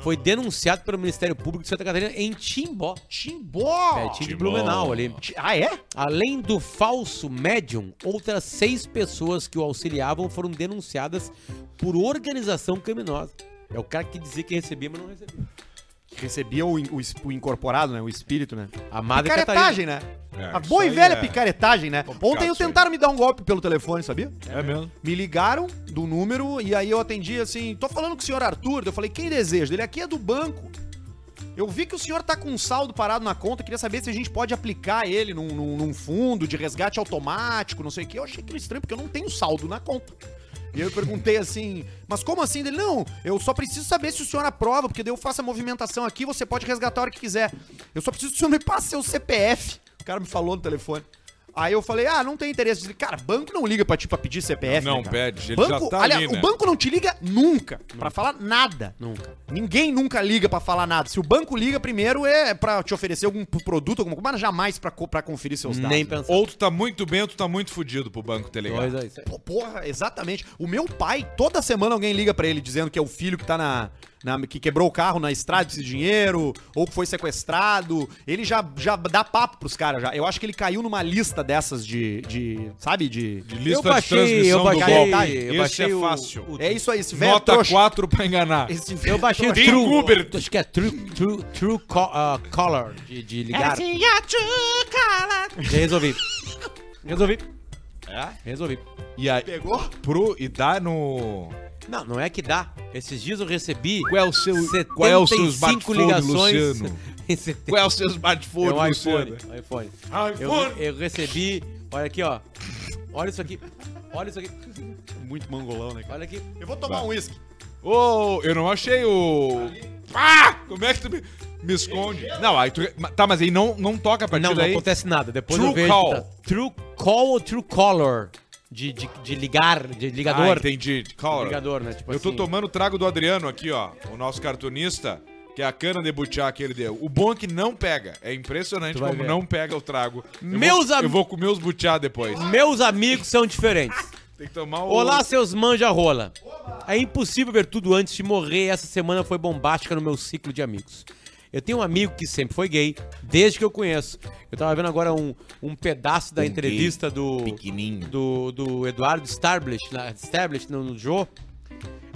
Speaker 3: foi denunciado pelo Ministério Público de Santa Catarina em Timbó,
Speaker 1: Timbó!
Speaker 3: pertinho de
Speaker 2: Timbó.
Speaker 3: Blumenau ali.
Speaker 1: Ti- Ah, é?
Speaker 3: Além do falso médium, outras seis pessoas que o auxiliavam foram denunciadas por organização criminosa. É o cara que dizia que recebia, mas não recebia.
Speaker 1: Recebia o, in- o es- o incorporado, né? O espírito, né?
Speaker 3: A
Speaker 2: Ah,
Speaker 3: Madre Catarina.
Speaker 1: Picaretagem, né?
Speaker 2: É,
Speaker 1: a
Speaker 2: isso
Speaker 1: boa e
Speaker 2: aí
Speaker 1: velha
Speaker 2: é
Speaker 1: picaretagem, né?
Speaker 2: complicado
Speaker 1: Ontem eu
Speaker 2: isso aí.
Speaker 1: tentaram me dar um golpe pelo telefone, sabia?
Speaker 2: É mesmo?
Speaker 1: Me ligaram do número e aí eu atendi assim, tô falando com o senhor Arthur, eu falei, quem deseja? Ele aqui é do banco. Eu vi que o senhor tá com um saldo parado na conta, queria saber se a gente pode aplicar ele num, num- num fundo de resgate automático, não sei o quê. Eu achei aquilo estranho, porque eu não tenho saldo na conta. E eu perguntei assim, mas como assim? Ele, não, eu só preciso saber se o senhor aprova, porque daí eu faço a movimentação aqui, você pode resgatar a hora que quiser. Eu só preciso que o senhor me passe seu CPF. O cara me falou no telefone. Aí eu falei, ah, não tem interesse. Ele, cara, banco não liga pra ti pra pedir CPF.
Speaker 2: Não,
Speaker 1: né, cara?
Speaker 2: pede, ele
Speaker 1: banco,
Speaker 2: já tá
Speaker 1: aliás,
Speaker 2: ali, né?
Speaker 1: O banco não te liga nunca, pra falar nada.
Speaker 3: Nunca.
Speaker 1: Ninguém nunca liga pra falar nada. Se o banco liga primeiro é pra te oferecer algum produto, alguma coisa, mas jamais pra, co- pra conferir seus dados.
Speaker 3: Nem pensar.
Speaker 2: Ou tu tá muito bem ou tu tá muito fudido pro banco te ligar.
Speaker 3: Dois, dois.
Speaker 1: Pô, Porra, exatamente. O meu pai, toda semana alguém liga pra ele dizendo que é o filho que tá na, na- que quebrou o carro na estrada precisa de dinheiro ou que foi sequestrado. Ele já, já dá papo pros caras já. Eu acho que ele caiu numa lista dessas de, de sabe, de,
Speaker 2: De lista
Speaker 3: Eu baixei-
Speaker 2: de transmissão
Speaker 3: eu baixei-
Speaker 2: do golpe.
Speaker 3: eu
Speaker 2: Esse
Speaker 3: baixei
Speaker 2: é
Speaker 3: o-
Speaker 2: fácil.
Speaker 3: o-
Speaker 1: É isso aí, esse velho
Speaker 2: Nota
Speaker 1: trouxa.
Speaker 2: 4 pra enganar.
Speaker 1: Esse
Speaker 3: Eu
Speaker 1: velho [LAUGHS]
Speaker 3: baixei o
Speaker 2: Tem
Speaker 3: True.
Speaker 2: Uber.
Speaker 3: Acho que é True, true, true co ah, Color de, de
Speaker 2: É
Speaker 3: ligar.
Speaker 2: assim,
Speaker 3: Já resolvi. Resolvi.
Speaker 2: É?
Speaker 3: Resolvi.
Speaker 2: E aí,
Speaker 1: Pegou?
Speaker 2: pro, e dá no...
Speaker 3: Não, não é que dá. Esses dias eu recebi
Speaker 2: Qual é o seu, qual é o seu
Speaker 3: 75
Speaker 2: smartphone,
Speaker 3: [LAUGHS]
Speaker 2: Luciano?
Speaker 3: em 70
Speaker 2: Qual é o seu
Speaker 3: É
Speaker 2: smartphone,
Speaker 3: um
Speaker 2: Luciano?
Speaker 3: iPhone. um iPhone.
Speaker 2: Ah,
Speaker 3: Eu, eu recebi. Olha aqui, ó. Olha isso aqui. Olha isso aqui.
Speaker 1: Muito mangolão, né?
Speaker 3: Olha aqui.
Speaker 1: Eu vou tomar um uísque.
Speaker 2: Ô, eu não achei o... Ah! Como é que tu me, me esconde? Não, aí tu... Tá, mas aí não, não toca a partir
Speaker 3: Não, não
Speaker 2: daí.
Speaker 3: acontece nada. Depois
Speaker 2: True
Speaker 3: eu vejo.
Speaker 2: call.
Speaker 3: Tá. True call ou true color? De, de, de ligar, de
Speaker 2: Ah,
Speaker 3: ligador.
Speaker 2: entendi.
Speaker 3: De
Speaker 2: Cara,
Speaker 3: ligador, né? Tipo
Speaker 2: eu tô
Speaker 3: assim.
Speaker 2: tomando o trago do Adriano aqui, ó. O nosso cartunista, que é a cana de butiá que ele deu. O bom é que não pega. É impressionante
Speaker 3: Tu vai
Speaker 2: como
Speaker 3: ver.
Speaker 2: não pega o trago. Eu
Speaker 3: Meus
Speaker 2: vou,
Speaker 3: am-
Speaker 2: Eu vou comer os butiá depois.
Speaker 3: Meus amigos são diferentes.
Speaker 2: Tem que tomar o...
Speaker 3: Olá, seus manja-rola. É impossível ver tudo antes de morrer. Essa semana foi bombástica no meu ciclo de amigos. Eu tenho um amigo que sempre foi gay, desde que eu conheço. Eu tava vendo agora um, um pedaço da entrevista do,
Speaker 2: Pequenininho.
Speaker 3: do, do Eduardo Stablish, na, Stablish no, no Joe.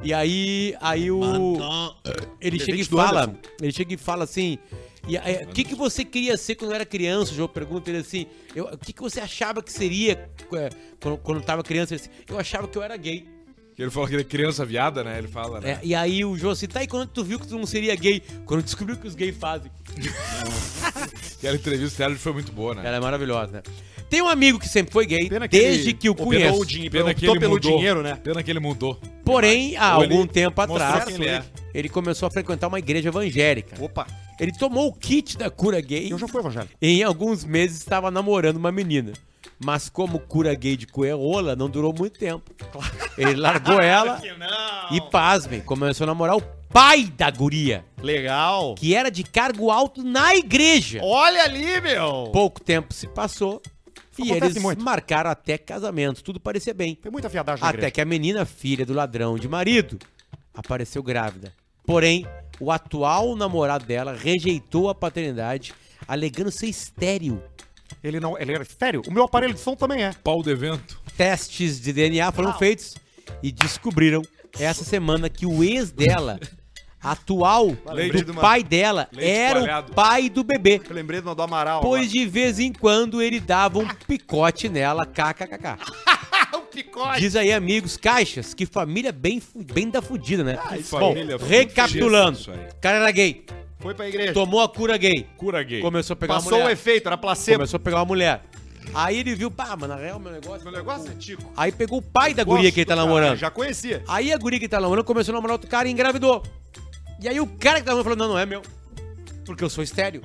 Speaker 3: E aí, aí o. Ele chega e
Speaker 1: Presente do
Speaker 3: fala.
Speaker 1: Anderson.
Speaker 3: Ele chega e fala assim. e, é, O que, que você queria ser quando era criança? O João pergunta ele assim. eu- o que, que você achava que seria é, quando, quando tava criança? Ele assim, eu achava que eu era gay.
Speaker 2: Ele falou que ele é criança viada, né? Ele fala, né?
Speaker 3: É, e aí o João assim, tá, e quando tu viu que tu não seria gay? Quando descobriu que os gays fazem.
Speaker 2: Aquela entrevista dela foi muito boa, né?
Speaker 3: Ela é maravilhosa, né? Tem um amigo que sempre foi gay,
Speaker 1: Pena que
Speaker 3: desde
Speaker 1: ele
Speaker 3: que eu
Speaker 1: operou
Speaker 3: conheço.
Speaker 1: o dinheiro. optou pelo dinheiro, né?
Speaker 2: Pena que ele mudou.
Speaker 3: Porém, há
Speaker 2: Ou ele
Speaker 3: algum tempo
Speaker 2: mostrou
Speaker 3: atrás,
Speaker 2: quem
Speaker 3: ele,
Speaker 2: ele é.
Speaker 3: começou a frequentar uma igreja evangélica.
Speaker 1: Opa,
Speaker 3: Ele tomou o kit da cura gay
Speaker 1: eu já fui evangélico.
Speaker 3: e em alguns meses estava namorando uma menina. Mas como cura gay de coerrola, não durou muito tempo. Ele
Speaker 1: [LAUGHS]
Speaker 3: largou ela e, pasmem, começou a namorar o pai da guria,
Speaker 1: Legal.
Speaker 3: que era de cargo alto na igreja.
Speaker 1: Olha ali, meu.
Speaker 3: Pouco tempo se passou e
Speaker 1: Acontece
Speaker 3: eles
Speaker 1: muito.
Speaker 3: marcaram até casamento. Tudo parecia bem.
Speaker 1: Tem muita viadagem na
Speaker 3: Até
Speaker 1: igreja.
Speaker 3: que a menina, filha do ladrão de marido, apareceu grávida. Porém, o atual namorado dela rejeitou a paternidade, alegando ser estéril.
Speaker 4: Ele não. Ele era estéreo? O meu aparelho de som também é.
Speaker 2: Pau de vento.
Speaker 3: Testes de DNA foram feitos e descobriram essa semana que o ex dela, atual
Speaker 1: lembrei de
Speaker 3: do
Speaker 1: uma-
Speaker 3: pai dela,
Speaker 2: Leite
Speaker 3: era
Speaker 2: coalhado.
Speaker 3: o pai do bebê.
Speaker 1: Eu lembrei do do Amaral.
Speaker 3: Pois de vez em quando ele dava um picote nela, kkkk.
Speaker 1: É um picote.
Speaker 3: Diz aí, amigos, caixas, que família bem, fu- bem da fudida, né? Bom,
Speaker 2: família fudida,
Speaker 3: recapitulando.
Speaker 2: isso aí.
Speaker 3: O cara era gay,
Speaker 1: Foi pra igreja.
Speaker 3: tomou a cura gay,
Speaker 2: Cura gay.
Speaker 3: começou a pegar uma
Speaker 1: Passou o
Speaker 3: mulher.
Speaker 1: efeito, era placebo.
Speaker 3: Começou a pegar uma mulher. Aí ele viu, pá, mano, na real, meu negócio.
Speaker 1: Meu negócio é tico.
Speaker 3: Aí pegou o pai da guria que ele tá
Speaker 1: Gosto do cara,
Speaker 3: namorando.
Speaker 1: Já conhecia.
Speaker 3: Aí a guria que tá namorando começou a namorar outro cara e engravidou. E aí o cara que tá namorando falou, não, não é meu. Porque eu sou estéreo.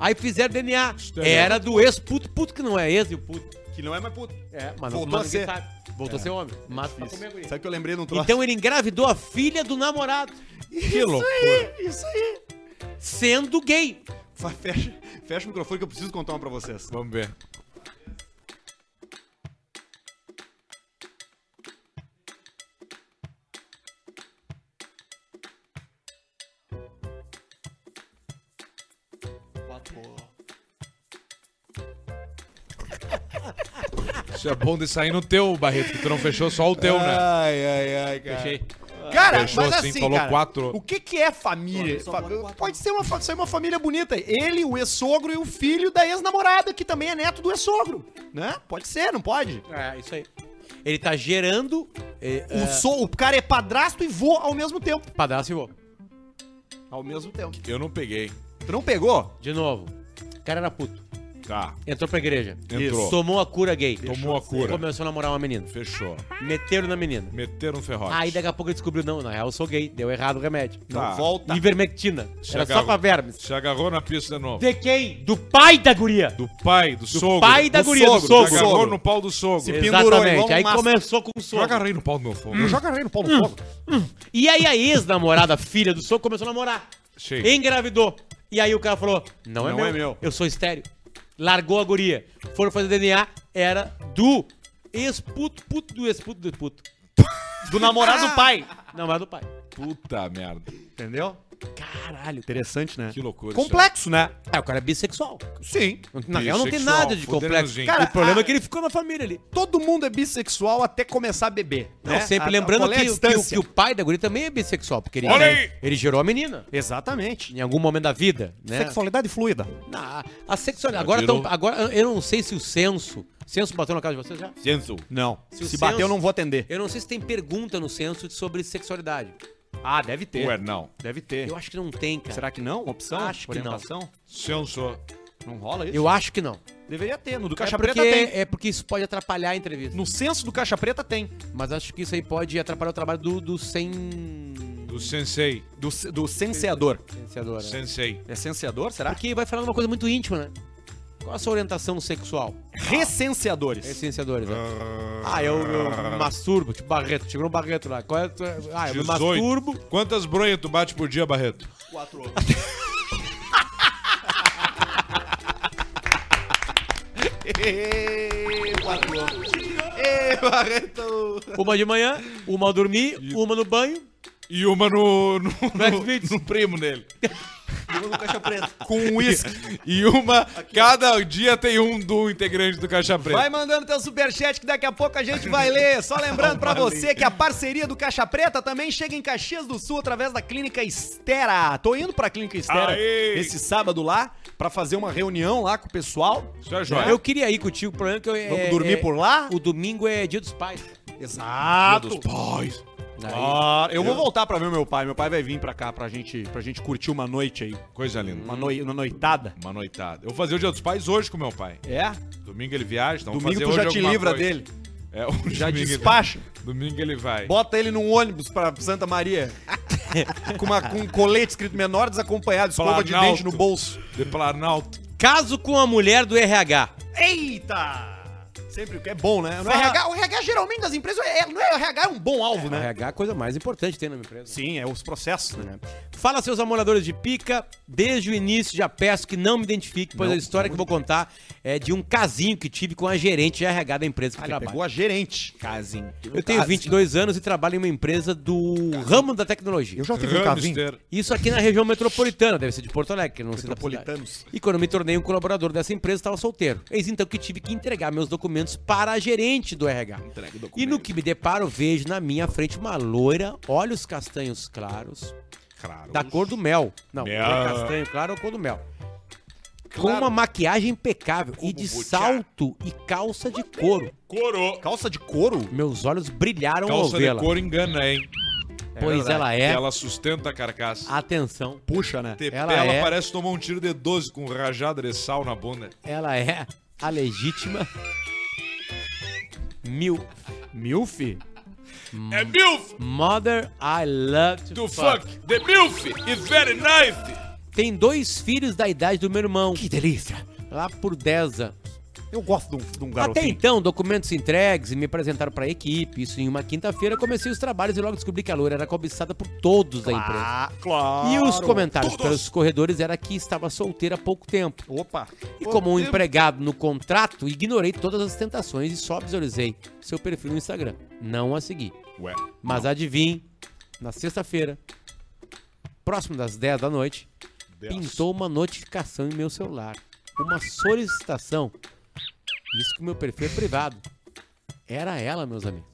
Speaker 3: Aí fizeram DNA.
Speaker 2: Estéreo.
Speaker 3: Era do ex-puto. Puto que não é ex e o puto.
Speaker 1: Que não é mais puto.
Speaker 3: É, mas
Speaker 1: Voltou
Speaker 3: não, mas
Speaker 1: a
Speaker 3: ninguém
Speaker 1: ser. É.
Speaker 3: sabe. Voltou a ser homem. Mas pra comer a guria.
Speaker 1: Sabe que eu lembrei de um troço?
Speaker 3: Então ele engravidou a filha do namorado,
Speaker 2: que loucura.
Speaker 1: Isso aí.
Speaker 3: sendo gay.
Speaker 1: Fa- Fecha, fecha o microfone que eu preciso contar uma pra vocês.
Speaker 2: Vamos ver. Isso é bom de sair no teu, Barreto, que tu não fechou só o teu, né?
Speaker 1: Ai, ai, ai, cara.
Speaker 3: Achei.
Speaker 1: Cara,
Speaker 2: Fechou
Speaker 1: mas
Speaker 2: assim,
Speaker 1: assim,
Speaker 2: falou
Speaker 1: cara,
Speaker 2: quatro.
Speaker 1: o que que é família? Fa- Pode ser uma, fa- ser uma família bonita. Ele, o ex-sogro e o filho da ex-namorada, que também é neto do ex-sogro, né? Pode ser, não pode?
Speaker 3: É, isso aí. Ele tá gerando eh,
Speaker 1: O,
Speaker 3: eh,
Speaker 1: so- o cara é padrasto e vô ao mesmo tempo.
Speaker 3: padrasto e vô.
Speaker 1: Ao mesmo tempo.
Speaker 2: Eu não peguei.
Speaker 1: Tu não pegou?
Speaker 3: De novo. O cara era puto.
Speaker 2: Tá,
Speaker 3: Entrou pra igreja.
Speaker 2: Entrou.
Speaker 3: Tomou a cura gay.
Speaker 2: tomou a cura.
Speaker 3: Começou a namorar uma menina.
Speaker 2: Fechou.
Speaker 3: Meteram na menina.
Speaker 2: Meteram um ferrote.
Speaker 3: Aí daqui a pouco ele descobriu, não, na real eu sou gay, deu errado o remédio.
Speaker 2: Tá.
Speaker 1: Não volta.
Speaker 3: Ivermectina. Era
Speaker 2: Chegava.
Speaker 3: só pra vermes.
Speaker 2: Se agarrou na pista de novo.
Speaker 3: De quem? Do pai da guria.
Speaker 2: Do pai, do, sogro.
Speaker 3: pai da
Speaker 2: do
Speaker 3: guria, do
Speaker 2: sogro.
Speaker 3: sogro.
Speaker 2: Se agarrou
Speaker 1: Sogro.
Speaker 2: no pau do sogro.
Speaker 1: Sim. pendurou igual um
Speaker 3: Aí
Speaker 1: mastro.
Speaker 3: começou com o
Speaker 2: Eu já
Speaker 3: sogro.
Speaker 2: agarrei no pau do meu fogo. Eu já agarrei no pau do
Speaker 3: Hum.
Speaker 2: fogo.
Speaker 3: E aí a ex-namorada, filha do sogro, começou a namorar.
Speaker 2: Sim.
Speaker 3: Engravidou. E aí o cara falou, não, é,
Speaker 1: Não
Speaker 3: meu,
Speaker 1: é meu.
Speaker 3: eu sou estéreo. Largou a guria. Foram fazer DNA, era do ex-puto, puto do ex-puto do puto.
Speaker 1: Do namorado do
Speaker 2: [LAUGHS]
Speaker 1: pai.
Speaker 3: Namorado do pai.
Speaker 2: Puta merda.
Speaker 1: Entendeu?
Speaker 3: Caralho.
Speaker 1: Interessante, né?
Speaker 2: Que loucura.
Speaker 1: Complexo, né?
Speaker 3: É, o cara é bissexual.
Speaker 1: Sim.
Speaker 3: Na real não tem
Speaker 2: Bissexual,
Speaker 3: nada de complexo.
Speaker 2: poderoszinho.
Speaker 1: Cara,
Speaker 3: o
Speaker 1: a-
Speaker 3: problema é que ele ficou na família ali.
Speaker 1: Todo mundo é bissexual até começar a beber.
Speaker 3: Não,
Speaker 1: né?
Speaker 3: sempre
Speaker 1: A-
Speaker 3: lembrando
Speaker 1: qual é a
Speaker 3: que, o- que o-
Speaker 1: distância?
Speaker 3: que o pai da guria também é bissexual, porque ele,
Speaker 2: Olha aí!
Speaker 3: ele gerou a menina
Speaker 1: Exatamente.
Speaker 3: em algum momento da vida, né?
Speaker 1: Sexualidade fluida.
Speaker 3: Na- a sexualidade. Agora,
Speaker 2: Virou.
Speaker 3: tão- agora, eu não sei se o censo. Censo bateu na casa de vocês já?
Speaker 2: Senso.
Speaker 1: Não.
Speaker 3: Se o
Speaker 1: Se, bater,
Speaker 3: senso-
Speaker 1: eu não vou atender.
Speaker 3: Eu não sei se tem pergunta no censo sobre sexualidade.
Speaker 1: Ah, deve ter.
Speaker 2: Ué, não.
Speaker 1: Deve ter.
Speaker 3: Eu acho que não tem, cara.
Speaker 1: Será que não? Opção?
Speaker 3: Acho que não.
Speaker 1: Orientação?
Speaker 2: Senso.
Speaker 1: Não rola isso?
Speaker 3: Eu acho que não.
Speaker 1: Deveria ter. No do
Speaker 3: É
Speaker 1: Caixa
Speaker 3: porque,
Speaker 1: Preta tem.
Speaker 3: é porque isso pode atrapalhar a entrevista.
Speaker 1: No censo do Caixa Preta tem.
Speaker 3: Mas acho que isso aí pode atrapalhar o trabalho do, do sem...
Speaker 2: Do sensei.
Speaker 1: Do, ce- do censeador.
Speaker 3: Licenciador, né?
Speaker 2: Sensei.
Speaker 1: É censeador,
Speaker 3: [LAUGHS]
Speaker 1: será?
Speaker 3: Porque vai falar de uma coisa muito íntima, né? Qual a sua orientação sexual?
Speaker 1: Recenseadores.
Speaker 3: Licenciadores, né?
Speaker 1: [LAUGHS]
Speaker 3: Ah, eu, eu me masturbo, tipo Barreto. Chegou um Barreto lá. Qual é a tua- Ah, eu me
Speaker 2: 18.
Speaker 3: masturbo.
Speaker 2: Quantas bronhas tu bate por dia, Barreto?
Speaker 1: Ê, patrão. Ê, Barreto.
Speaker 3: Uma de manhã, uma ao [LAUGHS] dormir, uma no banho.
Speaker 2: E uma
Speaker 1: [LAUGHS]
Speaker 2: no. No,
Speaker 3: Xvideos.
Speaker 2: no, no primo dele.
Speaker 1: Duas no Caixa Preta.
Speaker 2: Com uísque. e uma. Cada dia tem um do integrante do Caixa Preta.
Speaker 1: Vai mandando teu superchat que daqui a pouco a gente vai ler. Só lembrando pra você que a parceria do Caixa Preta também chega em Caxias do Sul através da Clínica Estera. Tô indo pra Clínica Estera
Speaker 2: Aê!
Speaker 1: esse sábado lá pra fazer uma reunião lá com o pessoal.
Speaker 2: Isso é joia.
Speaker 3: Eu queria ir contigo, o problema é que eu... é-
Speaker 1: Vamos dormir
Speaker 3: é-
Speaker 1: por lá?
Speaker 3: O domingo é dia dos pais.
Speaker 1: Exato.
Speaker 2: pais.
Speaker 1: Ah, eu vou voltar pra ver meu pai. Meu pai vai vir pra cá pra gente, pra gente curtir uma noite aí.
Speaker 2: Coisa linda.
Speaker 1: Uma, noi- uma noitada.
Speaker 2: Uma noitada. Eu vou fazer o dia dos pais hoje com meu pai.
Speaker 1: É?
Speaker 2: Domingo ele viaja, então vamos
Speaker 1: Domingo
Speaker 2: fazer
Speaker 1: tu já
Speaker 2: hoje
Speaker 1: te
Speaker 2: alguma
Speaker 1: livra
Speaker 2: coisa.
Speaker 1: dele.
Speaker 2: É, hoje
Speaker 1: Já
Speaker 2: domingo ele-
Speaker 1: despacha.
Speaker 2: Domingo ele vai.
Speaker 1: Bota ele num ônibus pra Santa
Speaker 3: [LAUGHS]
Speaker 1: Maria. com, uma, com um colete escrito menor desacompanhado, escova de
Speaker 2: Planalto.
Speaker 1: dente no bolso.
Speaker 2: De Planalto.
Speaker 3: Caso com a mulher do RH.
Speaker 1: Eita! Sempre o que é bom, né? No RH, o RH geralmente das empresas é, não é o RH é um bom alvo, né?
Speaker 3: RH é a coisa mais importante que tem na minha empresa.
Speaker 1: Sim, é os processos, né?
Speaker 3: Fala, seus amoradores de pica. Desde o início já peço que não me identifique, pois a história que eu vou contar é de um casinho que tive com a gerente de RH da empresa que
Speaker 1: Ah, ele
Speaker 3: trabalho.
Speaker 1: pegou a gerente.
Speaker 4: Casinho.
Speaker 3: Eu tenho 22 anos e trabalho em uma empresa do ramo da tecnologia.
Speaker 4: Eu já tive um casinho.
Speaker 2: Hamster.
Speaker 3: Isso aqui na região metropolitana, deve ser de Porto Alegre, que eu não sei da
Speaker 1: Metropolitanos.
Speaker 3: cidade. E quando eu me tornei um colaborador dessa empresa, estava solteiro. Eis então que tive que entregar meus documentos para a gerente do RH.
Speaker 2: Entrega o documento.
Speaker 3: E no que me deparo, vejo na minha frente uma loira, olhos castanhos claros,
Speaker 2: Claro.
Speaker 3: da cor do mel. Não,
Speaker 2: Mel.
Speaker 3: é castanho claro ou cor do mel. Com uma maquiagem impecável e de
Speaker 2: bucha.
Speaker 3: salto e calça de couro.
Speaker 2: Coro.
Speaker 1: Calça de couro?
Speaker 3: Meus olhos brilharam ao
Speaker 2: Calça de
Speaker 3: vê-la.
Speaker 2: couro engana, hein?
Speaker 3: Pois
Speaker 1: verdade.
Speaker 3: ela
Speaker 2: Que
Speaker 3: é.
Speaker 2: Ela sustenta a carcaça.
Speaker 3: Atenção.
Speaker 1: Puxa, né?
Speaker 2: Ela,
Speaker 3: ela é-
Speaker 2: parece tomar um tiro de 12 com rajada de sal na bunda.
Speaker 3: Ela é a legítima. Mil.
Speaker 1: Milf?
Speaker 2: É MILF!
Speaker 3: Mother I love to,
Speaker 2: Do
Speaker 3: fuck.
Speaker 2: fuck! The MILF is very nice!
Speaker 3: Tem dois filhos da idade do meu irmão,
Speaker 4: Que delícia.
Speaker 3: lá por 10 anos.
Speaker 4: Eu gosto de um, de um
Speaker 3: Até
Speaker 4: garotinho.
Speaker 3: então, documentos entregues e me apresentaram pra equipe. Isso em uma quinta-feira, comecei os trabalhos e logo descobri que a loira era cobiçada por todos da empresa.
Speaker 1: Ah, claro.
Speaker 3: E os comentários pelos corredores era que estava solteira há pouco tempo.
Speaker 1: Opa.
Speaker 3: E como um empregado no contrato, ignorei todas as tentações e só visualizei seu perfil no Instagram. Não a segui.
Speaker 2: Ué.
Speaker 3: Mas adivinhe, na sexta-feira, próximo das 10 da noite, pintou uma notificação em meu celular. Uma solicitação. Isso que o meu perfil é privado. Era ela, meus amigos.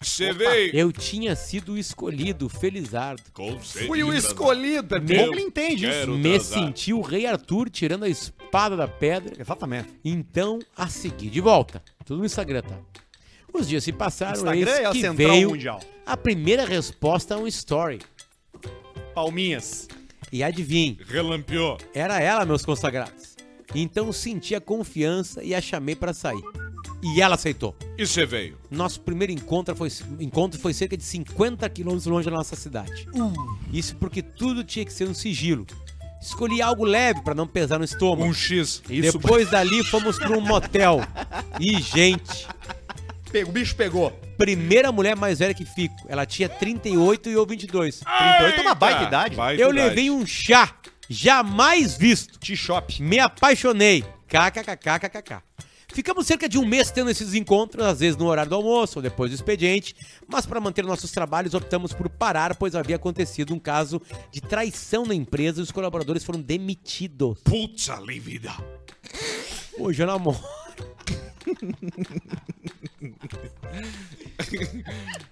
Speaker 2: Você veio.
Speaker 3: Eu tinha sido escolhido, Felizardo.
Speaker 1: Fui o escolhido. É bom que
Speaker 2: Meu
Speaker 1: ele entende isso.
Speaker 2: quero
Speaker 3: Me
Speaker 2: transar.
Speaker 3: senti o rei Arthur tirando a espada da pedra.
Speaker 1: Exatamente.
Speaker 3: Então, a seguir de volta. Tudo no Instagram, tá? Os dias se passaram,
Speaker 1: Instagram é
Speaker 3: eis
Speaker 1: a
Speaker 3: que
Speaker 1: central
Speaker 3: veio
Speaker 1: mundial.
Speaker 3: a primeira resposta a um story.
Speaker 1: Palminhas.
Speaker 3: E adivinhe,
Speaker 2: Relampiou.
Speaker 3: era ela, meus consagrados. Então senti a confiança e a chamei pra sair. E ela aceitou.
Speaker 2: E você veio.
Speaker 3: Nosso primeiro encontro foi, encontro foi cerca de 50 quilômetros longe da nossa cidade. Isso porque tudo tinha que ser um sigilo. Escolhi algo leve pra não pesar no estômago.
Speaker 2: Um X.
Speaker 3: Depois [LAUGHS] dali fomos pra um motel. E, gente,
Speaker 1: Pega- O bicho pegou.
Speaker 3: primeira mulher mais velha que fico. Ela tinha 38 e eu 22.
Speaker 1: 38 é uma
Speaker 2: Eita,
Speaker 1: baita idade.
Speaker 2: baita
Speaker 3: Eu
Speaker 2: idade.
Speaker 3: levei um chá jamais visto.
Speaker 1: T-Shop.
Speaker 3: Me apaixonei. KKKKKK. Ficamos cerca de um mês tendo esses encontros, às vezes no horário do almoço ou depois do expediente, mas para manter nossos trabalhos optamos por parar, pois havia acontecido um caso de traição na empresa e os colaboradores foram demitidos.
Speaker 2: Putz, a lívida.
Speaker 3: Hoje eu namoro.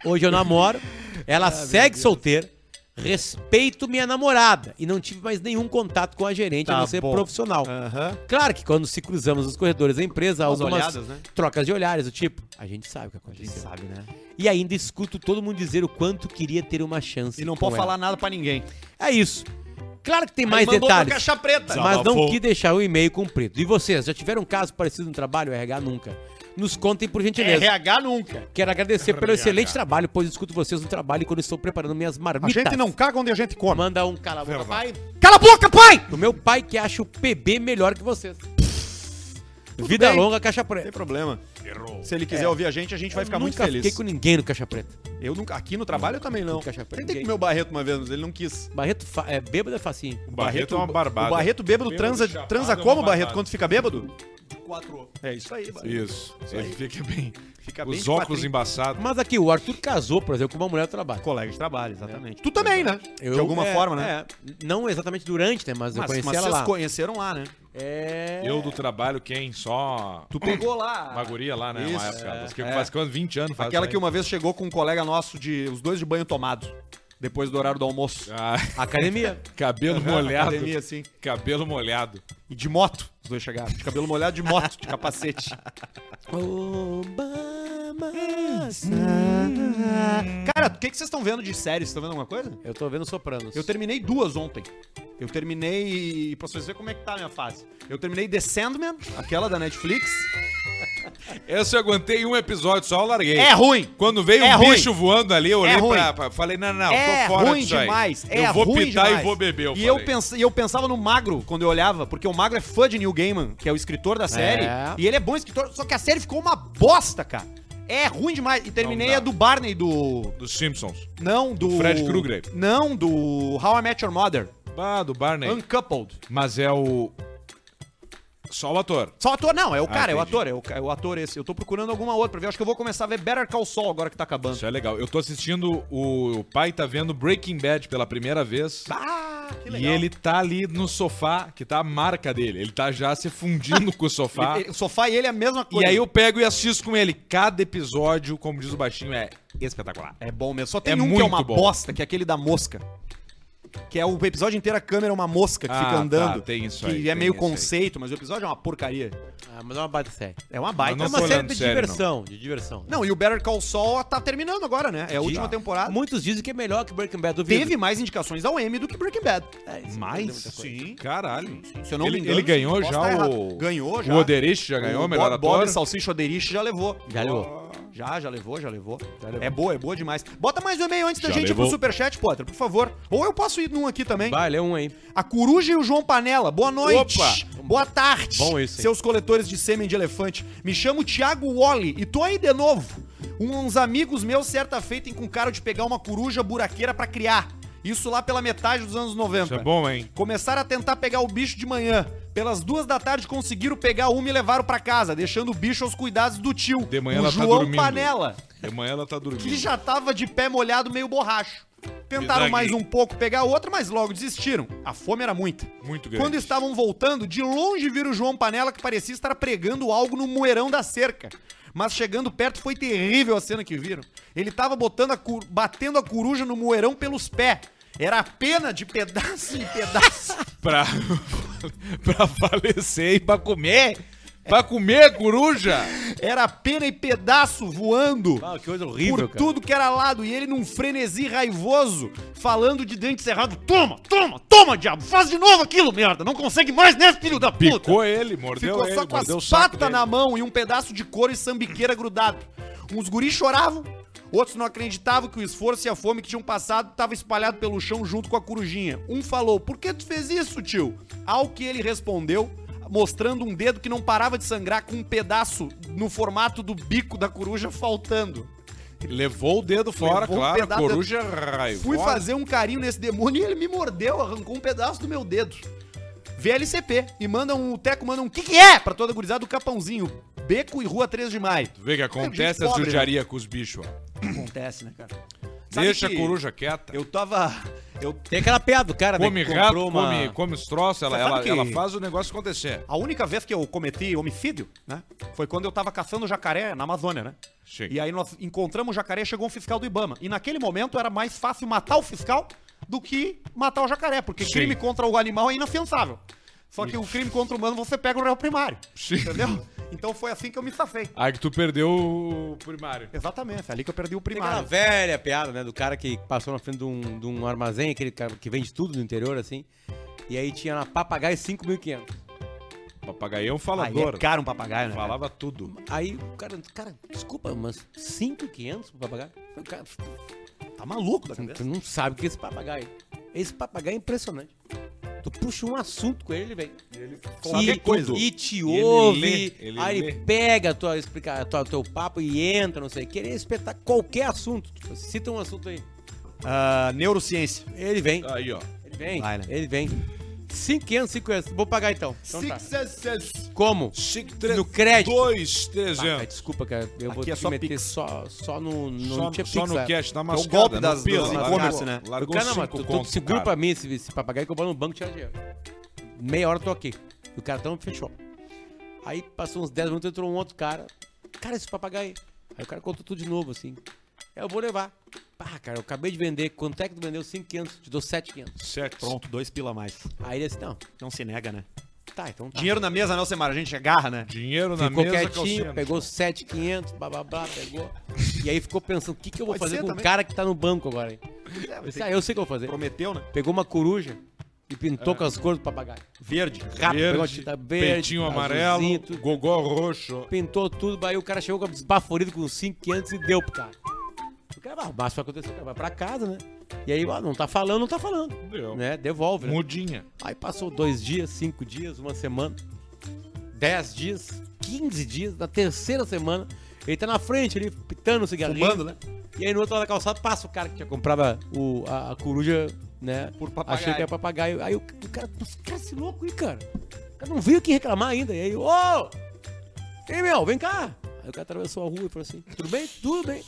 Speaker 3: Hoje eu namoro. Ela
Speaker 1: Ah,
Speaker 3: segue solteira. Respeito minha namorada. E não tive mais nenhum contato com a gerente, a
Speaker 1: Tá
Speaker 3: não ser
Speaker 1: bom.
Speaker 3: profissional.
Speaker 1: Aham.
Speaker 3: Claro que quando se cruzamos nos corredores da empresa, há
Speaker 1: Umas
Speaker 3: algumas
Speaker 1: olhadas, né?
Speaker 3: trocas de olhares, do tipo, a gente sabe o que aconteceu.
Speaker 1: sabe, né?
Speaker 3: E ainda escuto todo mundo dizer o quanto queria ter uma chance.
Speaker 1: E não
Speaker 3: com
Speaker 1: pode
Speaker 3: ela.
Speaker 1: falar nada pra ninguém.
Speaker 3: É isso. Claro que tem mais
Speaker 1: Aí mandou pra
Speaker 3: detalhes.
Speaker 1: caixa preta.
Speaker 3: Mas não
Speaker 2: Desabafou.
Speaker 3: quis deixar o e-mail cumprido. E vocês, já tiveram um caso parecido no trabalho? RH nunca. Nos contem por gentileza.
Speaker 1: RH nunca.
Speaker 3: Quero agradecer pelo excelente trabalho, pois escuto vocês no trabalho quando estou preparando minhas
Speaker 4: A
Speaker 3: marmitas.
Speaker 4: gente não caga onde a gente come.
Speaker 3: Manda um cala a boca, pai.
Speaker 4: Cala a boca, pai!
Speaker 3: Do meu pai que acha o PB melhor que vocês. Vida
Speaker 1: bem.
Speaker 3: longa, caixa
Speaker 1: Não tem
Speaker 3: preta.
Speaker 1: problema.
Speaker 2: Errou.
Speaker 1: Se ele quiser ouvir a gente, a gente vai ficar
Speaker 3: É. Eu
Speaker 1: muito
Speaker 3: nunca
Speaker 1: feliz.
Speaker 3: fiquei com ninguém no caixa preta.
Speaker 1: Eu nunca. Aqui no trabalho eu também não.
Speaker 3: Nunca achei pra
Speaker 1: Tentei
Speaker 3: ninguém.
Speaker 1: comer o Barreto uma vez, mas ele não quis.
Speaker 3: Barreto fa- é bêbado é facinho.
Speaker 2: O Barreto é uma barbada.
Speaker 1: O Barreto bêbado
Speaker 2: Bêbado,
Speaker 1: transa,
Speaker 2: chapado
Speaker 1: transa
Speaker 2: é uma
Speaker 1: como,
Speaker 2: barbada.
Speaker 1: Barreto, quando fica bêbado? Quatro. É isso aí, Barreto.
Speaker 2: Isso. Isso aí fica bem.
Speaker 1: Fica bem
Speaker 2: Os
Speaker 1: de
Speaker 2: óculos
Speaker 1: quatrinho.
Speaker 2: embaçados.
Speaker 3: Mas aqui, o Arthur casou, por exemplo, com uma mulher do trabalho.
Speaker 1: Colega de trabalho, exatamente. Tu também, né?
Speaker 3: É. Eu-
Speaker 1: de alguma
Speaker 3: é,
Speaker 1: forma, né?
Speaker 3: é, não exatamente durante, né? Mas, eu
Speaker 1: Mas,
Speaker 3: conheci
Speaker 1: mas
Speaker 3: ela
Speaker 1: vocês
Speaker 3: lá.
Speaker 1: conheceram lá, né?
Speaker 3: É...
Speaker 2: Eu do trabalho, quem? Só.
Speaker 1: Tu pegou lá.
Speaker 2: Uma guria lá, né? Uma
Speaker 1: Isso,
Speaker 2: época.
Speaker 1: é,
Speaker 2: Mas que
Speaker 1: é.
Speaker 2: Faz quanto? 20 anos faz.
Speaker 1: Aquela
Speaker 2: isso
Speaker 1: que
Speaker 2: aí.
Speaker 1: uma vez chegou com um colega nosso de. Os dois de banho tomado. Depois do horário do almoço.
Speaker 2: Ah, [LAUGHS]
Speaker 3: Academia.
Speaker 2: cabelo
Speaker 1: Na
Speaker 2: molhado.
Speaker 1: Academia, assim.
Speaker 2: Cabelo molhado.
Speaker 1: E de moto, os dois chegaram. De cabelo molhado de moto, de capacete.
Speaker 3: Obama.
Speaker 1: [LAUGHS] Cara, o que, que vocês estão vendo de série? Vocês estão vendo alguma coisa?
Speaker 3: Eu tô vendo Sopranos.
Speaker 1: Eu terminei duas ontem. Eu terminei. Pra vocês verem como é que tá a minha fase. Eu terminei The Sandman, aquela da Netflix.
Speaker 2: Essa eu aguentei um episódio só, eu larguei.
Speaker 1: É ruim.
Speaker 2: Quando veio
Speaker 1: É
Speaker 2: um
Speaker 1: ruim. É
Speaker 2: bicho voando ali, eu olhei
Speaker 1: ruim.
Speaker 2: pra, pra- Falei, não, não,
Speaker 1: é
Speaker 2: tô fora
Speaker 1: ruim
Speaker 2: disso aí.
Speaker 1: demais.
Speaker 2: Eu
Speaker 1: é
Speaker 2: vou
Speaker 1: ruim
Speaker 2: pitar
Speaker 1: demais.
Speaker 2: e vou beber, eu
Speaker 1: e eu,
Speaker 2: falei.
Speaker 1: pens- e eu pensava no Magro quando eu olhava, porque o Magro é fã de Neil Gaiman, que é o escritor da série.
Speaker 3: É.
Speaker 1: E ele é bom escritor, só que a série ficou uma bosta, cara. É ruim demais. E terminei
Speaker 2: dá.
Speaker 1: a do Barney, do...
Speaker 2: Dos Simpsons.
Speaker 1: Não, do...
Speaker 2: Fred Krueger.
Speaker 1: Não, do How I Met Your Mother.
Speaker 2: Ah, do Barney.
Speaker 1: Uncoupled.
Speaker 2: Mas é o... Só o ator.
Speaker 1: Só o ator, não, é o
Speaker 2: Ah,
Speaker 1: cara, é o
Speaker 2: entendi.
Speaker 1: ator, é o, ca- é o ator esse. Eu tô procurando alguma outra pra ver. Acho que eu vou começar a ver Better Call Saul agora que tá acabando.
Speaker 2: Isso é legal. Eu tô assistindo, o, o pai tá vendo Breaking Bad pela primeira vez.
Speaker 1: Ah, que
Speaker 2: E ele tá ali no sofá, que tá a marca dele. Ele tá já se fundindo com o sofá.
Speaker 1: [LAUGHS] Ele- ele- o sofá e ele é a mesma coisa.
Speaker 2: E aí eu pego e assisto com ele. Cada episódio, como diz o baixinho, é espetacular.
Speaker 1: É bom mesmo. Só tem
Speaker 2: É
Speaker 1: um que é
Speaker 2: muito
Speaker 1: uma
Speaker 2: bom.
Speaker 1: bosta, que é aquele da mosca. Que é o episódio inteiro a câmera é uma mosca que
Speaker 2: Ah,
Speaker 1: fica
Speaker 2: tá,
Speaker 1: andando.
Speaker 2: tem isso
Speaker 1: que
Speaker 2: aí,
Speaker 1: é
Speaker 2: tem
Speaker 1: meio
Speaker 2: isso aí.
Speaker 1: conceito, mas o episódio é uma porcaria.
Speaker 3: Ah, mas é uma baita série.
Speaker 1: É uma baita.
Speaker 2: Mas não
Speaker 3: é
Speaker 1: mas-
Speaker 3: uma
Speaker 2: tô
Speaker 3: série
Speaker 2: olhando
Speaker 3: de
Speaker 2: sério,
Speaker 3: diversão, de diversão.
Speaker 1: Não, e o Better Call Saul tá terminando agora, né? É a última temporada.
Speaker 3: Muitos dizem que é melhor que Breaking Bad. Duvido.
Speaker 1: Teve mais indicações ao M do que Breaking Bad.
Speaker 3: É, isso não tem
Speaker 2: Mas,
Speaker 3: muita coisa.
Speaker 2: sim. Caralho.
Speaker 1: Se eu não
Speaker 2: ele,
Speaker 1: me engano,
Speaker 2: ele ganhou
Speaker 1: posso
Speaker 2: já
Speaker 1: estar
Speaker 2: o.
Speaker 1: errado. Ganhou já.
Speaker 2: O Oderich já ganhou,
Speaker 1: O
Speaker 2: o melhor
Speaker 1: Bob,
Speaker 2: ator.
Speaker 1: Bob Salsicha Oderich já levou.
Speaker 3: Já
Speaker 1: Oh,
Speaker 3: levou.
Speaker 1: Já, já levou, já levou.
Speaker 3: Já levou.
Speaker 1: É boa, é boa demais. Bota mais um e-mail antes da
Speaker 2: Já
Speaker 1: gente ir pro
Speaker 2: levou.
Speaker 1: Superchat, Potter, por favor. Ou eu posso ir num aqui também.
Speaker 3: Vai, lê um aí.
Speaker 1: A Coruja e o João Panela. Boa noite.
Speaker 2: Opa.
Speaker 1: Boa tarde.
Speaker 3: Bom isso, hein?
Speaker 1: Seus coletores de sêmen de elefante. Me chamo Thiago Wally e tô aí de novo. Uns amigos meus certa feita enconcaram de pegar uma coruja buraqueira pra criar. Isso lá pela metade dos anos 90.
Speaker 2: Isso é bom, hein?
Speaker 1: Começaram a tentar pegar o bicho de manhã. Pelas duas da tarde conseguiram pegar uma e levaram pra casa, deixando o bicho aos cuidados do tio,
Speaker 2: De manhã
Speaker 1: o
Speaker 2: ela tá
Speaker 1: João
Speaker 2: dormindo.
Speaker 1: Panela,
Speaker 2: De manhã ela tá dormindo.
Speaker 1: que já tava de pé molhado meio borracho. Tentaram
Speaker 2: Bisnaguinho.
Speaker 1: mais um pouco pegar outra, mas logo desistiram. A fome era muita.
Speaker 2: Muito grande.
Speaker 1: Quando estavam voltando, de longe viram o João Panela que parecia estar pregando algo no moerão da cerca. Mas chegando perto foi terrível a cena que viram. Ele tava botando a cu- batendo a coruja no moerão pelos pés. Era a pena de pedaço em
Speaker 2: [LAUGHS]
Speaker 1: pedaço.
Speaker 2: Pra... pra falecer e pra comer. Pra comer, coruja!
Speaker 1: Era pena e pedaço voando.
Speaker 3: Ah, que coisa
Speaker 1: Por
Speaker 3: horrível, cara.
Speaker 1: tudo que era lado, e ele num frenesi raivoso, falando de dente cerrado: Toma, toma, toma, diabo, faz de novo aquilo, merda, não consegue mais, né, filho da puta?
Speaker 2: Picou ele, mordeu
Speaker 1: Ficou
Speaker 2: ele.
Speaker 1: só com
Speaker 2: mordeu o
Speaker 1: as
Speaker 2: saco
Speaker 1: patas
Speaker 2: dele.
Speaker 1: na mão e um pedaço de couro e sambiqueira grudado. Uns guris choravam, outros não acreditavam que o esforço e a fome que tinham passado estava espalhado pelo chão junto com a corujinha. Um falou, por que tu fez isso, tio? Ao que ele respondeu, mostrando um dedo que não parava de sangrar com um pedaço no formato do bico da coruja faltando.
Speaker 2: Levou o dedo fora,
Speaker 1: Levou um
Speaker 2: claro.
Speaker 1: pedaço-
Speaker 2: coruja raiva.
Speaker 1: Fui fazer um carinho nesse demônio e ele me mordeu, arrancou um pedaço do meu dedo. VLCP. E manda um, o Teco manda um que que é pra toda gurizada do Capãozinho. Beco e Rua 13 de Maio.
Speaker 2: Vê que acontece
Speaker 1: gente
Speaker 2: a
Speaker 1: é pobre,
Speaker 2: judiaria com os bichos, ó.
Speaker 1: Acontece, né, cara? Sabe
Speaker 2: Deixa
Speaker 1: que
Speaker 2: a coruja quieta.
Speaker 1: Eu tava... Eu,
Speaker 3: Tem aquela piada do cara,
Speaker 2: Come
Speaker 3: né? que
Speaker 2: rato,
Speaker 3: comprou uma-
Speaker 2: come, come os troços, ela,
Speaker 1: Você sabe
Speaker 2: ela,
Speaker 1: que-
Speaker 2: ela faz o negócio acontecer.
Speaker 1: a única vez que eu cometi homicídio, né, foi quando eu tava caçando jacaré na Amazônia, né?
Speaker 2: Sim.
Speaker 1: E aí nós encontramos o jacaré, chegou um fiscal do Ibama. E naquele momento era mais fácil matar o fiscal do que matar o jacaré, porque
Speaker 2: Sim.
Speaker 1: crime contra o animal é inafiançável. Só que o crime contra o humano você pega o réu primário.
Speaker 2: Sim.
Speaker 1: Entendeu? Então foi assim que eu me safei.
Speaker 2: Aí que tu perdeu o primário.
Speaker 1: Exatamente, ali que eu perdi o
Speaker 3: Tem aquela
Speaker 1: primário.
Speaker 3: velha piada, né? Do cara que passou na frente de um, de um armazém, aquele cara que vende tudo no interior, assim. E aí tinha na papagaio 5.500.
Speaker 2: Papagaio é um
Speaker 1: Aí
Speaker 2: falador.
Speaker 1: é caro um papagaio, né?
Speaker 2: Falava tudo.
Speaker 3: Aí o cara, cara, desculpa, mas 5.500 pro papagaio? O cara,
Speaker 1: Tá maluco da
Speaker 3: tu
Speaker 1: cabeça.
Speaker 3: não sabe o que é esse papagaio. Esse papagaio é impressionante. Tu puxa um assunto com ele, ele vem.
Speaker 2: Qualquer
Speaker 3: E,
Speaker 2: coisa.
Speaker 3: e te
Speaker 2: ele
Speaker 3: ouve,
Speaker 2: lê, ele
Speaker 3: aí
Speaker 2: lê.
Speaker 3: ele pega a tua explica, a tua, teu papo e entra, não sei o que. Ele é espetar qualquer assunto. Tipo, cita um assunto aí.
Speaker 1: Ah, neurociência.
Speaker 3: Ele vem.
Speaker 2: Aí, ó.
Speaker 3: Ele vem,
Speaker 1: Vai, né?
Speaker 3: ele vem. 500, 500. Vou pagar então. então tá.
Speaker 1: Success.
Speaker 3: Como?
Speaker 2: 5,
Speaker 3: No crédito.
Speaker 2: 2,
Speaker 3: Tá,
Speaker 2: 300.
Speaker 3: cara, desculpa, cara. Eu vou
Speaker 1: Aqui é
Speaker 3: te
Speaker 1: só
Speaker 3: meter
Speaker 1: Pix.
Speaker 3: só, só no. no
Speaker 2: só,
Speaker 3: não tinha
Speaker 2: só
Speaker 3: Pix,
Speaker 2: no
Speaker 3: né?
Speaker 2: cash, na mascada.
Speaker 1: golpe
Speaker 2: no
Speaker 1: das-
Speaker 2: pila,
Speaker 1: dos
Speaker 2: largou-
Speaker 1: e-commerce, né?
Speaker 2: Largou
Speaker 3: Cara, mas
Speaker 2: cinco
Speaker 3: tu, tu
Speaker 2: conto,
Speaker 3: segura pra
Speaker 2: cara.
Speaker 3: mim esse, esse papagaio que eu vou no banco tirar dinheiro. Meia hora eu tô aqui. E o cartão fechou. Aí passou uns 10 minutos, entrou um outro cara. Cara, esse papagaio. Aí o cara contou tudo de novo, assim. Eu vou levar. Pá, cara, eu acabei de vender. Quanto é que tu vendeu? 500. Te dou 7,500.
Speaker 2: Sete.
Speaker 1: Pronto, dois pila a mais.
Speaker 3: Aí ele disse, não.
Speaker 1: Não se nega, né?
Speaker 3: Tá, então tá.
Speaker 1: Dinheiro na mesa, não, Semara. A gente agarra, né?
Speaker 2: Dinheiro na
Speaker 3: Ficou
Speaker 2: mesa,
Speaker 3: quietinho,
Speaker 2: calcinha.
Speaker 3: pegou 7,500, blá blá blá, pegou. E aí ficou pensando, o que, que eu vou
Speaker 1: Pode
Speaker 3: fazer
Speaker 1: ser
Speaker 3: com o
Speaker 1: também.
Speaker 3: cara que tá no banco agora? hein?
Speaker 1: É,
Speaker 3: Eu
Speaker 1: mas
Speaker 3: disse,
Speaker 1: tem
Speaker 3: ah, eu sei o que eu vou
Speaker 1: que-
Speaker 3: fazer.
Speaker 1: Prometeu, né?
Speaker 3: Pegou uma coruja, E
Speaker 2: É.
Speaker 3: pintou com as cores do papagaio.
Speaker 1: Verde.
Speaker 3: Rápido, pegou a
Speaker 2: Verde,
Speaker 3: tinta verde,
Speaker 2: peitinho
Speaker 3: azulzinho,
Speaker 2: amarelo,
Speaker 3: tudo.
Speaker 2: gogó roxo.
Speaker 3: Pintou tudo, aí o cara chegou com esbaforido com 5,500 e deu pro cara. O cara, ah, mas isso aconteceu, o cara vai pra casa, né? E aí, ó, não tá falando, não tá falando.
Speaker 2: Deu.
Speaker 3: Né? Devolve. né?
Speaker 2: Mudinha.
Speaker 3: Aí passou dois dias, cinco dias, uma semana, dez dias, quinze dias, na terceira semana, ele tá na frente ali, pitando o cigarrinho.
Speaker 1: Fumando, né?
Speaker 3: E aí no outro lado da calçada passa o cara que já comprava o, a, a coruja, né?
Speaker 1: Por papagaio.
Speaker 3: Achei que era papagaio. Aí o, o cara, "Pô, cara, esse louco aí, cara. O cara não veio aqui reclamar ainda. E aí, ô! Ei, meu, vem cá! Aí o cara atravessou a rua e falou assim, tudo bem? Tudo bem.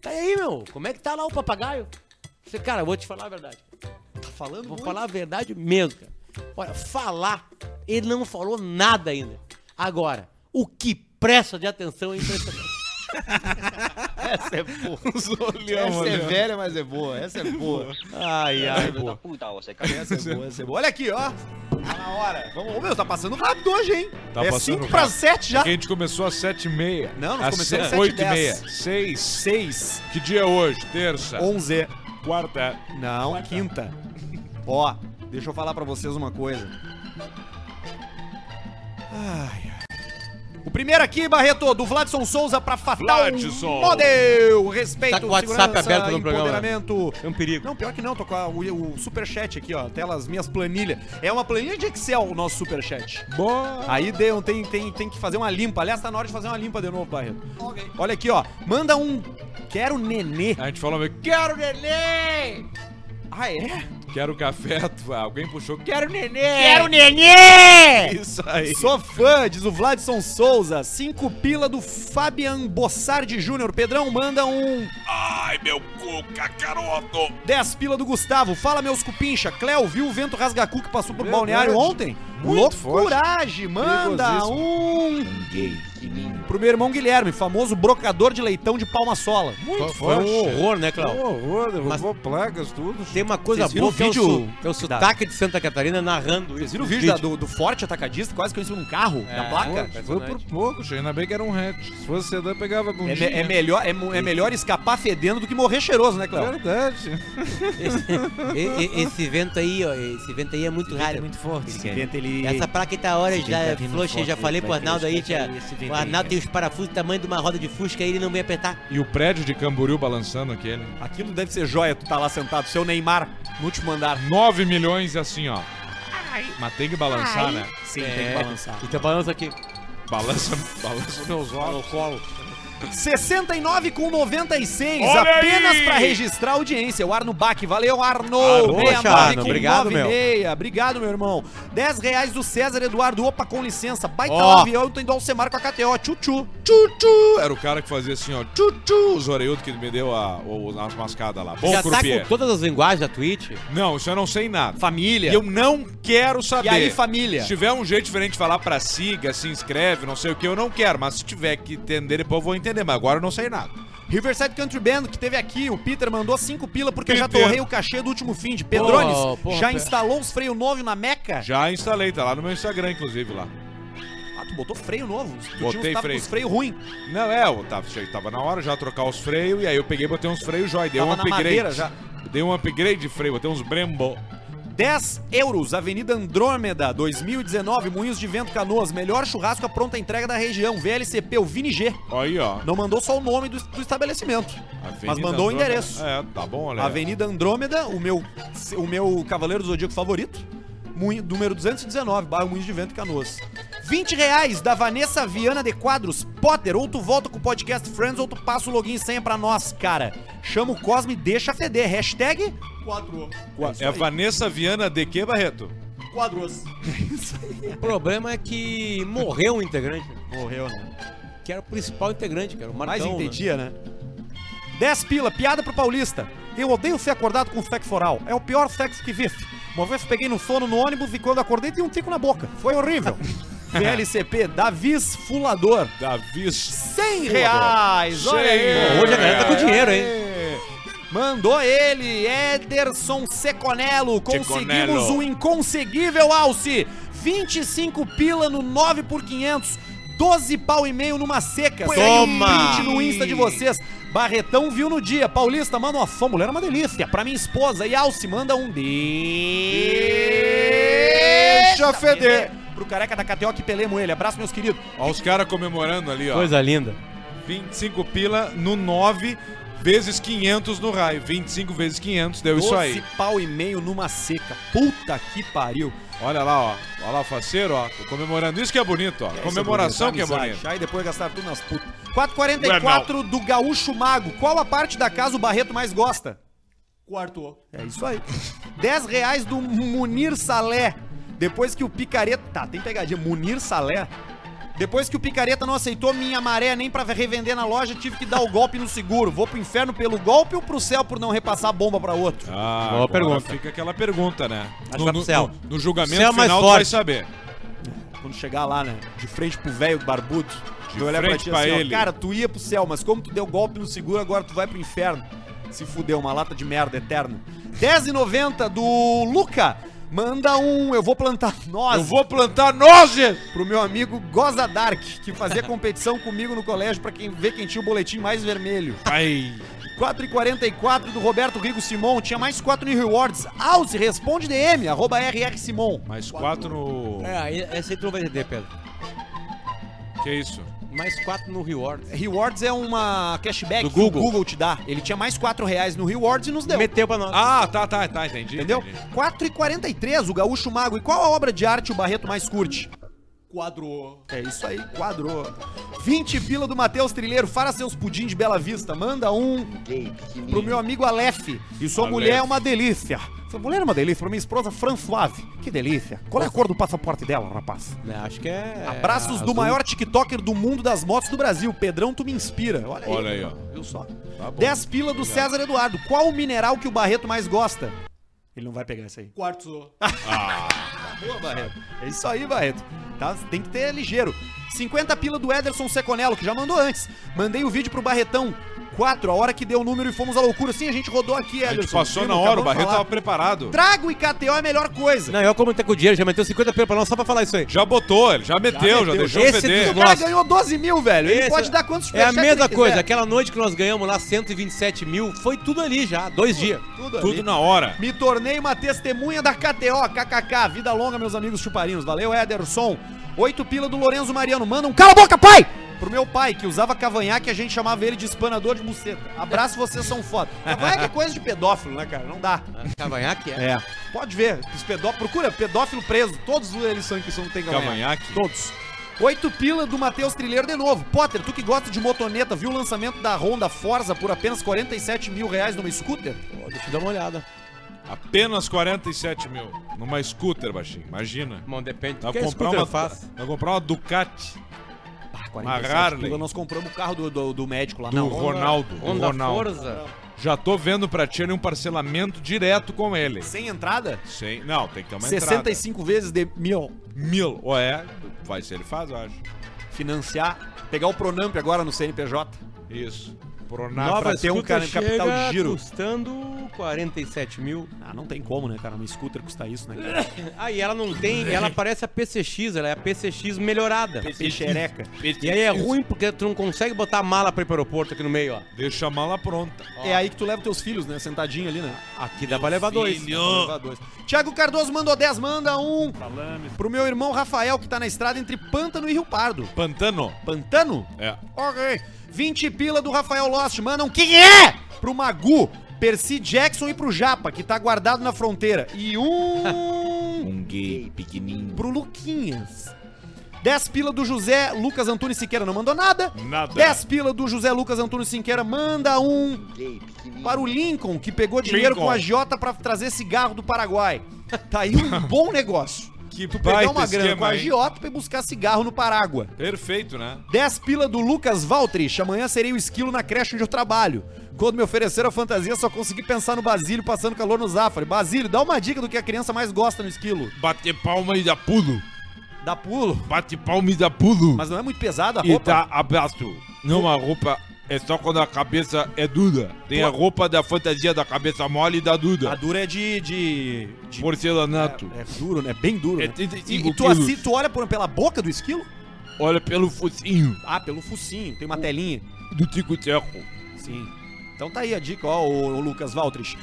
Speaker 3: Tá aí, meu, como é que tá lá o papagaio? Eu falei, cara, eu vou te falar a verdade.
Speaker 1: Tá falando
Speaker 3: Vou
Speaker 1: muito.
Speaker 3: falar a verdade mesmo, cara. Olha, falar, ele não falou nada ainda. Agora, o que presta de atenção é impressionante.
Speaker 1: Essa é [LAUGHS] boa.
Speaker 2: olhão,
Speaker 1: essa é
Speaker 2: olhão.
Speaker 1: velha, mas é boa. Essa é boa.
Speaker 3: ai, ai.
Speaker 2: É boa.
Speaker 5: 不打我谁干？
Speaker 1: Essa é boa, essa é boa. Olha aqui, ó. Tá na hora. Vamos, ô, meu, tá passando rápido hoje, hein?
Speaker 2: Tá
Speaker 1: é
Speaker 2: passando
Speaker 1: 5
Speaker 2: rápido.
Speaker 1: para 7 já.
Speaker 2: Porque a gente começou às 7h30.
Speaker 1: Não, nós
Speaker 2: às
Speaker 1: começamos às
Speaker 2: 8h30.
Speaker 1: 7h10.
Speaker 2: 6.
Speaker 1: 6,
Speaker 2: Que dia é hoje? Terça.
Speaker 1: 11.
Speaker 2: Quarta.
Speaker 1: Não, quinta. Ó, deixa eu falar pra vocês uma coisa. Ai, ai. O primeiro aqui, Barreto, do Vladson Souza pra Fatal
Speaker 2: Vladson.
Speaker 1: Model. Respeito,
Speaker 3: Tá com o WhatsApp
Speaker 1: segurança,
Speaker 3: aberto no programa.
Speaker 1: empoderamento.
Speaker 3: É um perigo.
Speaker 1: Não, pior que não, tô com a- o, o superchat aqui, ó. Tela, as minhas planilhas. É uma planilha de Excel o nosso superchat.
Speaker 2: Boa.
Speaker 1: Aí Deon tem, tem, tem que fazer uma limpa. Aliás, tá na hora de fazer uma limpa de novo, Barreto. Olha aqui, ó. Manda um. Quero nenê.
Speaker 2: A gente falou, meio, quero neném!
Speaker 1: Ah, é?
Speaker 2: Quero café. [LAUGHS] tu- ah, Alguém puxou, quero neném!
Speaker 3: Quero nenê!
Speaker 2: Isso aí.
Speaker 1: Sou fã, diz o Vladson Souza. Cinco pila do Fabian Bossardi Júnior. Pedrão manda um.
Speaker 2: Ai, meu cuca, caroto!
Speaker 1: Dez pila do Gustavo. Fala, meus cupincha. Cléo, viu o vento rasgacu que passou por
Speaker 2: Verdade.
Speaker 1: balneário ontem?
Speaker 2: Muito
Speaker 1: Loucuragem. Manda
Speaker 2: Perigosíssimo.
Speaker 1: um. Pro meu irmão Guilherme, famoso brocador de leitão de palma sola.
Speaker 2: Muito
Speaker 3: Foi
Speaker 2: forte.
Speaker 3: um horror, né,
Speaker 2: Foi um
Speaker 3: Cláudio?
Speaker 2: horror, derrubou
Speaker 3: Mas-
Speaker 2: plagas, tudo.
Speaker 3: Tem uma coisa
Speaker 1: Vocês viram
Speaker 3: boa
Speaker 1: o
Speaker 3: que é o,
Speaker 1: vídeo?
Speaker 3: su- é o sotaque de Santa Catarina narrando isso.
Speaker 1: Vocês viram o vídeo da- do, do forte atacadista? Quase que eu em cima de um carro,
Speaker 3: É,
Speaker 1: na placa.
Speaker 3: foi.
Speaker 2: Foi por pouco, gente. ainda bem que era um hatch. Se fosse sedã, pegava com
Speaker 1: É, me- é melhor, é, mu- é melhor escapar fedendo do que morrer cheiroso, né, Cléo?
Speaker 2: Verdade.
Speaker 3: Esse, e- e- esse vento aí, ó, esse vento aí é muito raro. É muito forte.
Speaker 1: ele...
Speaker 3: Essa placa tá hora já,
Speaker 6: tá vindo
Speaker 3: Floxa,
Speaker 6: forte,
Speaker 3: já falei pro
Speaker 6: vai
Speaker 3: Arnaldo aí,
Speaker 6: crescer,
Speaker 3: tia.
Speaker 6: vai esse vento
Speaker 3: O
Speaker 6: aí,
Speaker 3: Arnaldo tem os parafusos do tamanho de uma roda de fusca aí, ele não vem apertar.
Speaker 2: E o prédio de Camboriú balançando aquele.
Speaker 1: Aquilo deve ser joia, tu tá lá sentado, seu Neymar, no último andar.
Speaker 2: 9 milhões e assim, ó. Mas tem que balançar, né?
Speaker 1: Sim, tem que balançar.
Speaker 3: Então balança aqui.
Speaker 2: Balança, [LAUGHS] balança meus olhos.
Speaker 1: 69 com 96,
Speaker 2: Olha
Speaker 1: apenas
Speaker 2: aí!
Speaker 1: pra registrar a audiência. O Arno Baque, valeu Arno!
Speaker 2: Arno,
Speaker 1: 69
Speaker 3: Arno,
Speaker 1: com
Speaker 3: obrigado, meu.
Speaker 1: 96. Obrigado, meu irmão. 10 reais do César Eduardo, opa, com licença. Baita
Speaker 3: Ó.
Speaker 1: nove, eu tô indo ao Semar com a KTO, tchutchu.
Speaker 2: Tchu-tchu! Era o cara que fazia assim, ó. Tchu-tchu! Os orelhudos que me deu a, o- as mascadas lá. Bom,
Speaker 3: já tá
Speaker 2: croupier.
Speaker 3: com todas as linguagens da Twitch.
Speaker 2: Não, isso eu não sei nada.
Speaker 1: Família.
Speaker 2: E eu não quero saber.
Speaker 1: E aí, família?
Speaker 2: Se tiver um jeito diferente de falar pra siga, se inscreve, não sei o que, eu não quero. Mas se tiver que entender, depois eu vou entender. Mas agora eu não sei nada.
Speaker 1: Riverside Country Band, que teve aqui, o Peter mandou 5 pila porque eu já
Speaker 2: Peter.
Speaker 1: torrei o cachê do último fim de Pedrones.
Speaker 3: Pô, pô,
Speaker 1: já
Speaker 3: Pe-
Speaker 1: instalou os freio novo na Meca?
Speaker 2: Já instalei, tá lá no meu Instagram, inclusive, lá.
Speaker 1: Ah, tu botou freio novo? Tu
Speaker 2: Botei
Speaker 1: tinha uns tava com
Speaker 2: freio.
Speaker 1: os freio ruim.
Speaker 2: Não, é, eu tava, che- tava na hora já trocar os freios, e aí eu peguei e botei uns freios jóia. Dei
Speaker 1: Tava
Speaker 2: um
Speaker 1: na
Speaker 2: upgrade.
Speaker 1: madeira já.
Speaker 2: Dei um upgrade de freio, botei uns Brembo.
Speaker 1: 10 euros, Avenida Andrômeda, 2019, Moinhos de Vento Canoas, melhor churrasco à pronta entrega da região, VLCP, o Vini G.
Speaker 2: Aí, ó.
Speaker 1: Não mandou só o nome do, do estabelecimento, mas
Speaker 2: Avenida
Speaker 1: mandou o
Speaker 2: Andrômeda.
Speaker 1: endereço.
Speaker 2: É, tá bom, olha. aí.
Speaker 1: Avenida Andrômeda, o meu, o meu Cavaleiro do Zodíaco favorito, Moinho- número 219, bairro Moinhos de Vento Canoas. 20 reais da Vanessa Viana de Quadros. Potter, ou tu volta com o podcast Friends ou tu passa o login e senha pra nós, cara. Chama o Cosme e deixa feder. Hashtag quadro.
Speaker 2: É Vanessa Viana de que, Barreto?
Speaker 1: Quadros.
Speaker 3: O problema é que morreu um integrante, né?
Speaker 1: Morreu, né?
Speaker 3: que era o principal integrante, que era o
Speaker 1: Mais
Speaker 3: Marcão. né?
Speaker 1: entendia, né? 10 pila, piada pro paulista. Eu odeio ser acordado com sexo oral. É o pior sexo que vi. Uma vez peguei no sono no ônibus e quando acordei tinha um tico na boca. Foi [LAUGHS] horrível. VLCP, Davis Fulador.
Speaker 2: Davi.
Speaker 1: 100 reais! Olha aí! é
Speaker 3: Bom, hoje a galera tá com dinheiro, hein?
Speaker 1: Mandou ele, Ederson Seconello. Conseguimos um
Speaker 2: Seconello.
Speaker 1: o inconseguível alce. 25 pila no 9 por 500. 12 pau e meio numa seca.
Speaker 5: Toma!
Speaker 1: Saiu um print no Insta de vocês. Barretão viu no dia. Paulista, manda uma fã. Mulher é uma delícia. Pra minha esposa. E Alce, manda um deixa feder. Pro careca da KTO que pelemo ele. Abraço, meus queridos.
Speaker 2: Ó, os caras comemorando ali, ó.
Speaker 3: Coisa linda.
Speaker 2: 25 pila no 9 vezes 500 no raio. 25 vezes 500
Speaker 1: É
Speaker 2: deu isso aí.
Speaker 1: pau e meio numa seca. Puta que pariu.
Speaker 2: Olha lá, ó. Olha lá o faceiro, ó. Tô comemorando. Isso que é bonito, ó. Comemoração que é
Speaker 1: bonito.
Speaker 2: bonita.
Speaker 1: Aí depois gastaram tudo nas putas. 444 do Gaúcho Mago. Qual a parte da casa o Barreto mais gosta?
Speaker 4: Quarto.
Speaker 1: É isso aí. 10 reais do Munir Salé. Depois que o Picareta. Tá, tem pegadinha. Munir Salé. Depois que o Picareta não aceitou minha maré nem pra revender na loja, tive que dar o golpe no seguro. Vou pro inferno pelo golpe ou pro céu por não repassar a bomba pra outro?
Speaker 2: Ah,
Speaker 3: Boa
Speaker 2: agora
Speaker 3: pergunta.
Speaker 2: Fica aquela pergunta, né?
Speaker 3: Acho que
Speaker 2: No,
Speaker 3: vai
Speaker 2: no,
Speaker 3: pro céu.
Speaker 2: no- no julgamento
Speaker 3: Céu é mais
Speaker 2: final tu vai
Speaker 3: forte.
Speaker 2: saber.
Speaker 1: Quando chegar lá, né? De frente pro velho barbudo.
Speaker 2: De
Speaker 1: eu
Speaker 2: frente pra
Speaker 1: assim, ó,
Speaker 2: ele.
Speaker 1: cara, tu ia pro céu, mas como tu deu golpe no seguro, agora tu vai pro inferno. Se fudeu, uma lata de merda eterna. 10,90 do Luca. Manda um, eu vou plantar nós.
Speaker 2: Eu vou plantar nozes!
Speaker 1: pro meu amigo Goza Dark, que fazia competição comigo no colégio pra quem ver quem tinha o boletim mais vermelho.
Speaker 2: Ai.
Speaker 1: 4h44 do Roberto Rigo Simon, tinha mais 4 no Rewards. Alce, responde DM, arroba RR Simon.
Speaker 2: Mais quatro no.
Speaker 3: É, aí- essa aí tu não vai entender, Pedro.
Speaker 2: Que isso?
Speaker 3: Mais quatro no Reward.
Speaker 1: Rewards é uma cashback
Speaker 3: Do
Speaker 1: que o
Speaker 3: Google.
Speaker 1: Google te dá. Ele tinha mais 4 reais no Rewards e nos deu.
Speaker 3: Meteu pra nós.
Speaker 2: Ah, tá, tá, tá, entendi.
Speaker 1: Entendeu?
Speaker 2: entendi.
Speaker 1: 4h43, o Gaúcho Mago. E qual a obra de arte o Barreto mais curte?
Speaker 4: Quadro.
Speaker 1: É isso aí, quadrou. 20 pila do Matheus Trilheiro, fala seus pudim de Bela Vista, manda um pro meu amigo Aleph. E sua
Speaker 2: Aleph.
Speaker 1: mulher é uma delícia. Sua mulher é uma delícia, pra minha esposa Françoise. Que delícia. Qual é a cor do passaporte dela, rapaz?
Speaker 3: Né, Acho que é.
Speaker 1: Abraços do
Speaker 3: azul.
Speaker 1: maior TikToker do mundo das motos do Brasil, Pedrão, tu me inspira. Olha aí.
Speaker 2: Olha aí, ó.
Speaker 1: Viu só?
Speaker 2: Tá bom.
Speaker 1: 10 pila do César Eduardo. Qual o mineral que o Barreto mais gosta? Ele não vai pegar isso aí.
Speaker 4: Quartzo.
Speaker 1: Boa, Barreto. É isso aí, Barreto. Tá? Tem que ter ligeiro. 50 pila do Ederson Seconello, que já mandou antes. Mandei o vídeo pro Barretão. 4, a hora que deu o número e fomos à loucura. Sim, a gente rodou aqui,
Speaker 2: A
Speaker 1: Ederson.
Speaker 2: gente passou
Speaker 1: Viu?
Speaker 2: na hora, o
Speaker 1: Acabamos de
Speaker 2: Barreto
Speaker 1: falar.
Speaker 2: tava preparado.
Speaker 1: Trago e KTO é a melhor coisa.
Speaker 3: Não, eu comentei com o dinheiro, já meteu 50 pila pra nós só pra falar isso aí.
Speaker 2: Já botou, ele já meteu, já,
Speaker 3: meteu.
Speaker 2: deixou
Speaker 3: Esse
Speaker 2: feder.
Speaker 1: o cara
Speaker 3: gosto.
Speaker 1: ganhou 12 mil, velho. Ele
Speaker 3: Esse-
Speaker 1: pode dar quantos
Speaker 3: É a
Speaker 1: superchats ele
Speaker 3: mesma
Speaker 1: quiser.
Speaker 3: coisa, aquela noite que nós ganhamos lá 127 mil, foi tudo ali já, dois dias.
Speaker 1: Tudo,
Speaker 2: Tudo
Speaker 1: ali.
Speaker 2: na hora.
Speaker 1: Me tornei uma testemunha da KTO, KKK. Vida longa, meus amigos chuparinhos. Valeu, Ederson. Oito pila do Lorenzo Mariano. Manda um cala a boca, pai! Pro meu pai, que usava cavanhaque, a gente chamava ele de espanador de buceta. Abraço, vocês são foda. Cavanhaque é coisa de pedófilo, né, cara? Não dá.
Speaker 3: Cavanhaque é.
Speaker 1: É. Pode ver. Os pedó... Procura pedófilo preso. Todos eles são que são tem
Speaker 3: é.
Speaker 1: cavanhaque.
Speaker 2: Cavanhaque.
Speaker 1: Todos. Oito pila do Matheus Trilheiro de novo. Potter, tu que gosta de motoneta, viu o lançamento da Honda Forza por apenas 47 mil reais numa scooter?
Speaker 3: Pô, Deixa eu dar uma olhada.
Speaker 2: Apenas 47 mil. Numa scooter, baixinho. Imagina.
Speaker 3: Bom, depende
Speaker 2: Dá
Speaker 3: do que
Speaker 2: pra
Speaker 1: é
Speaker 3: a
Speaker 2: comprar
Speaker 3: scooter
Speaker 2: uma.
Speaker 3: faz.
Speaker 2: Dá pra comprar uma Ducati
Speaker 1: Ah,
Speaker 2: Harley.
Speaker 1: pila, nós compramos o carro do, do, do médico lá.
Speaker 2: do
Speaker 1: Não,
Speaker 2: Ronaldo. do
Speaker 3: Onda
Speaker 2: Ronaldo.
Speaker 3: Forza.
Speaker 2: Já tô vendo pra ti ali um parcelamento direto com ele.
Speaker 1: sem entrada?
Speaker 2: Sem... Não, tem que ter uma
Speaker 1: 65 vezes de mil.
Speaker 2: entrada. Mil. Ou é, vai ser ele faz, eu acho.
Speaker 1: Financiar. Pegar o Pronamp agora no CNPJ.
Speaker 2: Isso.
Speaker 1: Nova
Speaker 2: Pronar
Speaker 1: pra ter um
Speaker 3: scooter
Speaker 1: cara em capital
Speaker 3: chega
Speaker 1: giro.
Speaker 3: custando 47 mil.
Speaker 1: Ah, não tem como, né, cara? Uma scooter custa isso, né, cara?
Speaker 3: Ah, e ela não tem, ela parece a PCX, ela é a PCX melhorada.
Speaker 1: Peixereca.
Speaker 3: E aí é ruim porque tu não consegue botar a mala pra ir pro aeroporto aqui no meio, ó.
Speaker 2: Deixa a mala pronta.
Speaker 1: É aí que tu leva teus filhos, né? Sentadinho ali, né?
Speaker 3: Aqui dá pra levar dois.
Speaker 1: Levar dois. Tiago Cardoso mandou 10, manda um. Pro meu irmão Rafael, que tá na estrada entre Pântano e Rio Pardo.
Speaker 2: Pantano.
Speaker 1: Pantano?
Speaker 2: É.
Speaker 1: Ok. 20 pila do Rafael Lost. Mandam quem é? Pro Magu, Percy Jackson e pro Japa, que tá guardado na fronteira. E um.
Speaker 2: Um gay pequenininho.
Speaker 1: pro Luquinhas. 10 pila do José Lucas Antunes Siqueira. Não mandou nada.
Speaker 2: Nada.
Speaker 1: 10 pila do José Lucas Antunes Siqueira. Manda um. Para o Lincoln, que pegou dinheiro
Speaker 2: Lincoln.
Speaker 1: com a Jota pra trazer cigarro do Paraguai. Tá aí
Speaker 2: [LAUGHS]
Speaker 1: um bom negócio.
Speaker 2: Que
Speaker 1: tu
Speaker 2: baita
Speaker 1: pegar uma grana
Speaker 2: esquema,
Speaker 1: com a
Speaker 2: hein?
Speaker 1: Jota pra ir buscar cigarro no Paraguai.
Speaker 2: Perfeito, né?
Speaker 1: 10 pila do Lucas Valtrich. Amanhã serei o esquilo na creche onde eu trabalho. Quando me ofereceram a fantasia, só consegui pensar no Basílio passando calor no Zafari. Basílio, dá uma dica do que a criança mais gosta no esquilo.
Speaker 2: Bater palma e dar pulo.
Speaker 1: Dá pulo.
Speaker 2: Bate palma e dá pulo.
Speaker 1: Mas não é muito pesado a
Speaker 2: e
Speaker 1: roupa?
Speaker 2: dá abraço. Não a roupa é só quando a cabeça é dura. Tem a roupa da fantasia da cabeça mole e da
Speaker 1: A
Speaker 2: dura.
Speaker 1: dura é de... de, de-
Speaker 2: Porcelanato.
Speaker 1: É duro, né? É bem duro,
Speaker 2: É
Speaker 1: né?
Speaker 2: 35
Speaker 1: E, e tu,
Speaker 2: quilos.
Speaker 1: assim, tu olha por- pela boca do esquilo?
Speaker 2: Olha pelo focinho
Speaker 1: Ah, pelo focinho, tem uma telinha.
Speaker 2: do tico-teco.
Speaker 1: Sim. Então tá aí a dica, ó, o, Lucas Valtrich.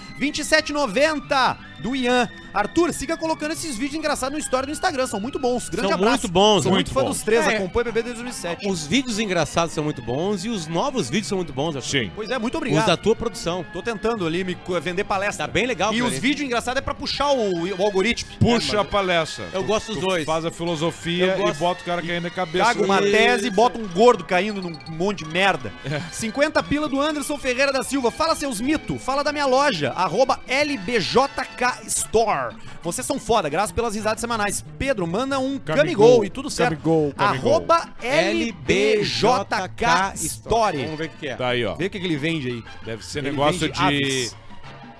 Speaker 1: 27,90 do Ian. Arthur, siga colocando esses vídeos engraçados no story do Instagram, são muito bons. Grande
Speaker 3: São
Speaker 1: abraço.
Speaker 3: muito bons,
Speaker 1: Sou muito,
Speaker 3: muito
Speaker 1: fã
Speaker 3: bons.
Speaker 1: dos três,
Speaker 3: É.
Speaker 1: acompanha o BB desde 2007.
Speaker 3: Os vídeos engraçados são muito bons e os novos vídeos são muito bons, Arthur.
Speaker 2: Sim.
Speaker 1: Pois é, muito
Speaker 3: Os
Speaker 1: obrigado.
Speaker 3: da tua produção.
Speaker 1: Tô tentando ali me co- vender palestra.
Speaker 3: Tá bem legal,
Speaker 1: E
Speaker 3: cara.
Speaker 1: os vídeos engraçados é pra puxar o, o algoritmo. É,
Speaker 2: Puxa a palestra.
Speaker 3: Eu gosto
Speaker 2: Tu
Speaker 3: dos dois.
Speaker 2: Faz a filosofia
Speaker 3: Eu gosto.
Speaker 2: e bota o cara caindo na cabeça.
Speaker 1: Caga uma
Speaker 3: Isso.
Speaker 1: tese e bota um gordo caindo num monte de merda. 50 pila do Anderson Ferreira da Silva. Fala seus mitos. Fala da minha loja. Arroba LBJK Store. Vocês são foda. Graças pelas risadas semanais. Pedro, manda um
Speaker 2: Camigol.
Speaker 1: camigol e tudo certo.
Speaker 2: Camigol, camigol.
Speaker 1: Arroba LBJK Store.
Speaker 3: Vamos ver o que que é.
Speaker 2: Tá aí, ó.
Speaker 1: Vê o que que ele vende aí.
Speaker 2: Deve ser
Speaker 1: Ele
Speaker 2: negócio
Speaker 1: vende
Speaker 2: de,
Speaker 1: aves.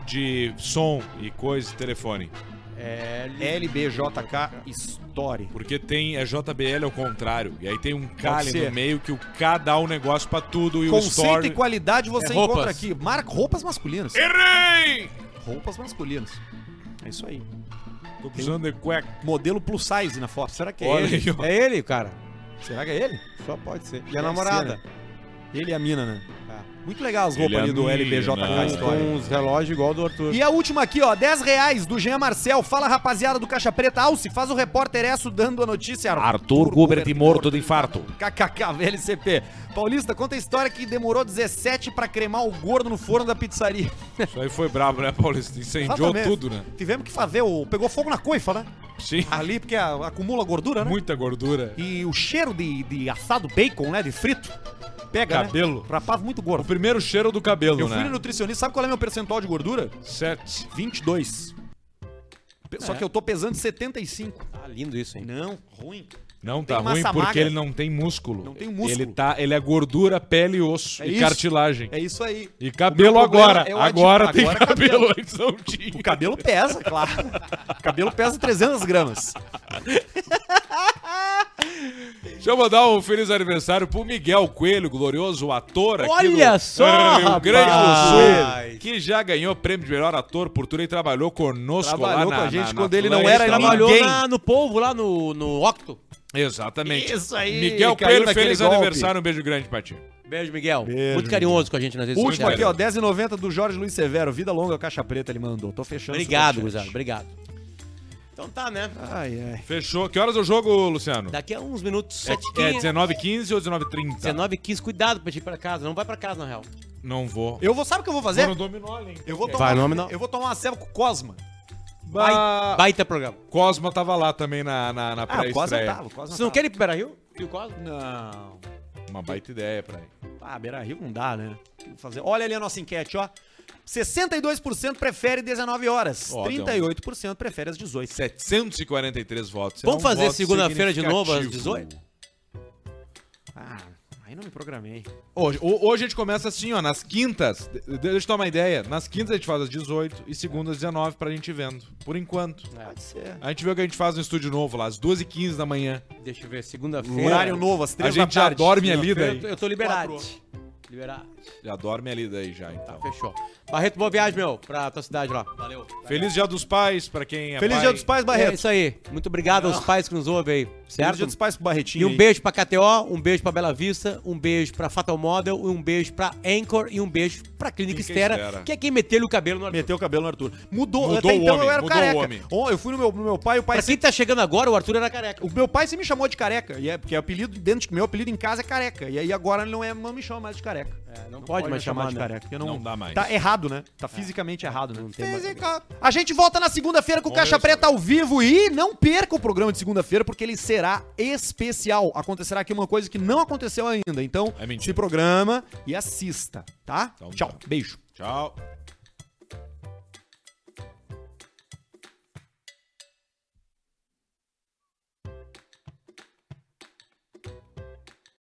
Speaker 2: de som e coisa e telefone.
Speaker 3: É,
Speaker 1: LBJK Store.
Speaker 2: Porque tem é JBL ao contrário. E aí tem um Kali
Speaker 1: ser.
Speaker 2: no meio que o K dá um negócio pra tudo e o
Speaker 1: Conceito
Speaker 2: Store.
Speaker 1: e qualidade você
Speaker 3: É roupas.
Speaker 1: encontra aqui. Marca roupas masculinas.
Speaker 2: Errei!
Speaker 1: Roupas masculinas. É isso aí.
Speaker 2: Tô precisando de cueca.
Speaker 1: Modelo plus size na foto. Será que é
Speaker 2: Olha
Speaker 1: ele?
Speaker 2: aí, ó.
Speaker 3: é ele, cara.
Speaker 1: Será que é ele?
Speaker 3: Só pode ser. né?
Speaker 1: E a namorada? Ele e a mina, né?
Speaker 3: Tá.
Speaker 1: Muito legal as
Speaker 2: Ele
Speaker 1: roupas
Speaker 2: e a
Speaker 1: ali do
Speaker 2: mina. né?
Speaker 1: LBJK História.
Speaker 3: Com uns relógios igual do Arthur.
Speaker 1: E a última aqui, ó, 10 reais do Jean Marcel. Fala, rapaziada do Caixa Preta. Alce, faz o repórter Esso dando a notícia.
Speaker 2: de infarto.
Speaker 1: KKK, VLCP. Paulista, conta a história que demorou 17 pra cremar o gordo no forno da pizzaria.
Speaker 2: Isso aí foi brabo, né, Paulista? Incendiou
Speaker 1: Exatamente.
Speaker 2: tudo, né?
Speaker 1: Tivemos que fazer o... Pegou fogo na coifa, né?
Speaker 2: Sim.
Speaker 1: Ali, porque a- acumula gordura, né?
Speaker 2: Muita gordura.
Speaker 1: E o cheiro de, de assado bacon, né? De frito. Pega,
Speaker 2: Cabelo.
Speaker 1: né? Rapaz muito
Speaker 2: O
Speaker 1: gordo.
Speaker 2: primeiro cheiro do cabelo,
Speaker 1: Eu
Speaker 2: né?
Speaker 1: fui no nutricionista, sabe qual é meu percentual de gordura?
Speaker 2: Sete.
Speaker 1: 22. Pe-
Speaker 3: É.
Speaker 1: Só que eu tô pesando 75.
Speaker 3: Tá lindo isso, hein?
Speaker 1: Não, ruim.
Speaker 2: Não
Speaker 1: Tem
Speaker 2: tá ruim
Speaker 1: massa
Speaker 2: porque
Speaker 1: magra.
Speaker 2: ele não tem músculo.
Speaker 1: Não tem músculo.
Speaker 2: Ele, tá, ele é gordura, pele e osso.
Speaker 1: É
Speaker 2: e
Speaker 1: isso.
Speaker 2: cartilagem.
Speaker 1: É isso aí.
Speaker 2: E cabelo
Speaker 1: O meu problema
Speaker 2: agora.
Speaker 1: é o
Speaker 2: agora
Speaker 1: adipo-
Speaker 2: tem
Speaker 1: agora é
Speaker 2: cabelo. [LAUGHS] Antes não tinha.
Speaker 1: O cabelo pesa,
Speaker 3: [LAUGHS]
Speaker 1: claro. O cabelo pesa 300 gramas.
Speaker 3: é
Speaker 2: Deixa eu mandar um feliz aniversário pro Miguel Coelho, glorioso ator aqui
Speaker 3: Olha
Speaker 2: do
Speaker 3: só,
Speaker 2: Rio Grande do
Speaker 3: rapaz.
Speaker 2: Sul, que já ganhou o prêmio de melhor ator por tudo e trabalhou conosco
Speaker 1: Trabalhou
Speaker 2: lá
Speaker 1: com
Speaker 2: na,
Speaker 1: a gente
Speaker 2: na- na
Speaker 1: quando ele não
Speaker 2: Atlântida.
Speaker 1: era
Speaker 3: Trabalhou
Speaker 1: ninguém.
Speaker 3: na- no povo lá no, no Octo.
Speaker 2: Exatamente.
Speaker 1: Isso aí,
Speaker 2: Miguel
Speaker 1: caiu
Speaker 2: Coelho,
Speaker 1: naquele
Speaker 2: feliz
Speaker 1: golpe.
Speaker 2: aniversário, um beijo grande pra ti.
Speaker 3: Beijo, Miguel.
Speaker 1: Beijo,
Speaker 3: Muito carinhoso com a gente nas redes
Speaker 1: Último
Speaker 3: sociais.
Speaker 1: aqui, ó, 10,90 do Jorge Luiz Severo. Vida longa, caixa preta, ele mandou. Tô fechando o
Speaker 3: Obrigado,
Speaker 1: superchat.
Speaker 3: Guzado. Obrigado. Então tá, né?
Speaker 1: Ai, ai.
Speaker 2: Fechou. Que horas é o jogo, Luciano?
Speaker 3: Daqui a uns minutos,
Speaker 2: É,
Speaker 3: 7
Speaker 2: é 19h15 ou 19h30?
Speaker 3: 19 15 cuidado pra te ir pra casa. Não vai pra casa, na real.
Speaker 2: Não vou.
Speaker 1: Eu vou, sabe o que eu vou
Speaker 2: Vou
Speaker 1: fazer?
Speaker 2: no dominó, hein?
Speaker 1: Eu vou
Speaker 2: É.
Speaker 1: tomar,
Speaker 3: Vai, nome não.
Speaker 1: eu vou tomar uma ceva com Cosma.
Speaker 3: Vai,
Speaker 2: Bah,
Speaker 3: baita programa.
Speaker 2: Cosma tava lá também na, na, na
Speaker 1: Ah, o Cosma
Speaker 2: pré-estreia.
Speaker 1: tava, o Cosma
Speaker 3: Vocês não
Speaker 1: tava.
Speaker 3: querem ir pro Beira Rio? E o Cosmo?
Speaker 1: Não.
Speaker 2: Uma baita ideia pra ele.
Speaker 1: Ah, Beira Rio não dá, né? Vou Fazer. Olha ali a nossa enquete, ó. 62% prefere 19 horas.
Speaker 2: Ó, um-
Speaker 1: 38% prefere às 18.
Speaker 2: 743 votos. É
Speaker 3: Vamos
Speaker 2: um
Speaker 3: fazer
Speaker 2: voto
Speaker 3: segunda-feira de novo, às
Speaker 2: significativo.
Speaker 3: 18?
Speaker 1: Ah, aí não me programei.
Speaker 2: Hoje, ho- hoje a gente começa assim, ó, nas quintas. de- de- Deixa eu dar uma ideia. Nas quintas a gente faz às 18 e segundas às 19 pra gente ir vendo. Por enquanto.
Speaker 1: Pode ser.
Speaker 2: A gente vê o que a gente faz no estúdio novo lá, às 12h15 da manhã.
Speaker 3: Deixa eu ver, segunda-feira.
Speaker 1: Horário novo, às
Speaker 2: é. A
Speaker 1: 3
Speaker 2: gente já dorme ali
Speaker 3: Eu
Speaker 2: daí.
Speaker 3: tô, eu tô liberado. Liberado.
Speaker 2: Já dorme ali daí já,
Speaker 3: Tá,
Speaker 2: então.
Speaker 3: fechou. Barreto, boa viagem, meu, pra tua cidade lá. Valeu.
Speaker 2: Feliz Dia dos Pais pra quem é
Speaker 1: Feliz
Speaker 2: pai.
Speaker 1: Dia dos Pais,
Speaker 3: É
Speaker 1: Barreto.
Speaker 3: isso aí. Muito obrigado aos pais que nos ouvem aí,
Speaker 1: Feliz Dia
Speaker 3: certo?
Speaker 1: dos Pais pro Barretinho.
Speaker 3: E um
Speaker 1: aí.
Speaker 3: beijo pra KTO, um beijo pra Bela Vista, um beijo pra Fatal Model, e um beijo pra Anchor e um beijo pra Clínica
Speaker 2: Clínica
Speaker 3: Estera,
Speaker 2: Estera.
Speaker 3: que é quem meteu o cabelo no Arthur.
Speaker 1: Meteu o cabelo no Arthur. Mudou,
Speaker 2: Mudou
Speaker 1: até
Speaker 2: o
Speaker 1: então
Speaker 2: homem,
Speaker 1: eu era
Speaker 2: mudou o
Speaker 1: careca.
Speaker 2: homem.
Speaker 1: Ó, Eu fui no meu, no meu pai, o pai
Speaker 3: Pra quem tá chegando agora, o Arthur era careca.
Speaker 1: O meu pai sempre me chamou de careca, e é porque apelido dentro de meu apelido em casa é careca. E aí agora ele não é, não me chama mais de careca.
Speaker 3: É, não,
Speaker 1: Pode,
Speaker 3: pode mais chamar,
Speaker 1: de
Speaker 3: de
Speaker 1: careca. porque
Speaker 2: Não dá mais.
Speaker 1: Tá errado, né? Tá fisicamente errado, né?
Speaker 3: tem mais-
Speaker 1: Fisica- A gente volta na segunda-feira com o Caixa
Speaker 2: Vamos ver
Speaker 1: Preta ao vivo e não perca o programa de segunda-feira porque ele será especial. Acontecerá aqui uma coisa que não aconteceu ainda. Então,
Speaker 2: É mentira.
Speaker 1: se programa e assista, tá?
Speaker 2: Então
Speaker 1: Tchau.
Speaker 2: tá.
Speaker 1: Beijo.
Speaker 2: Tchau.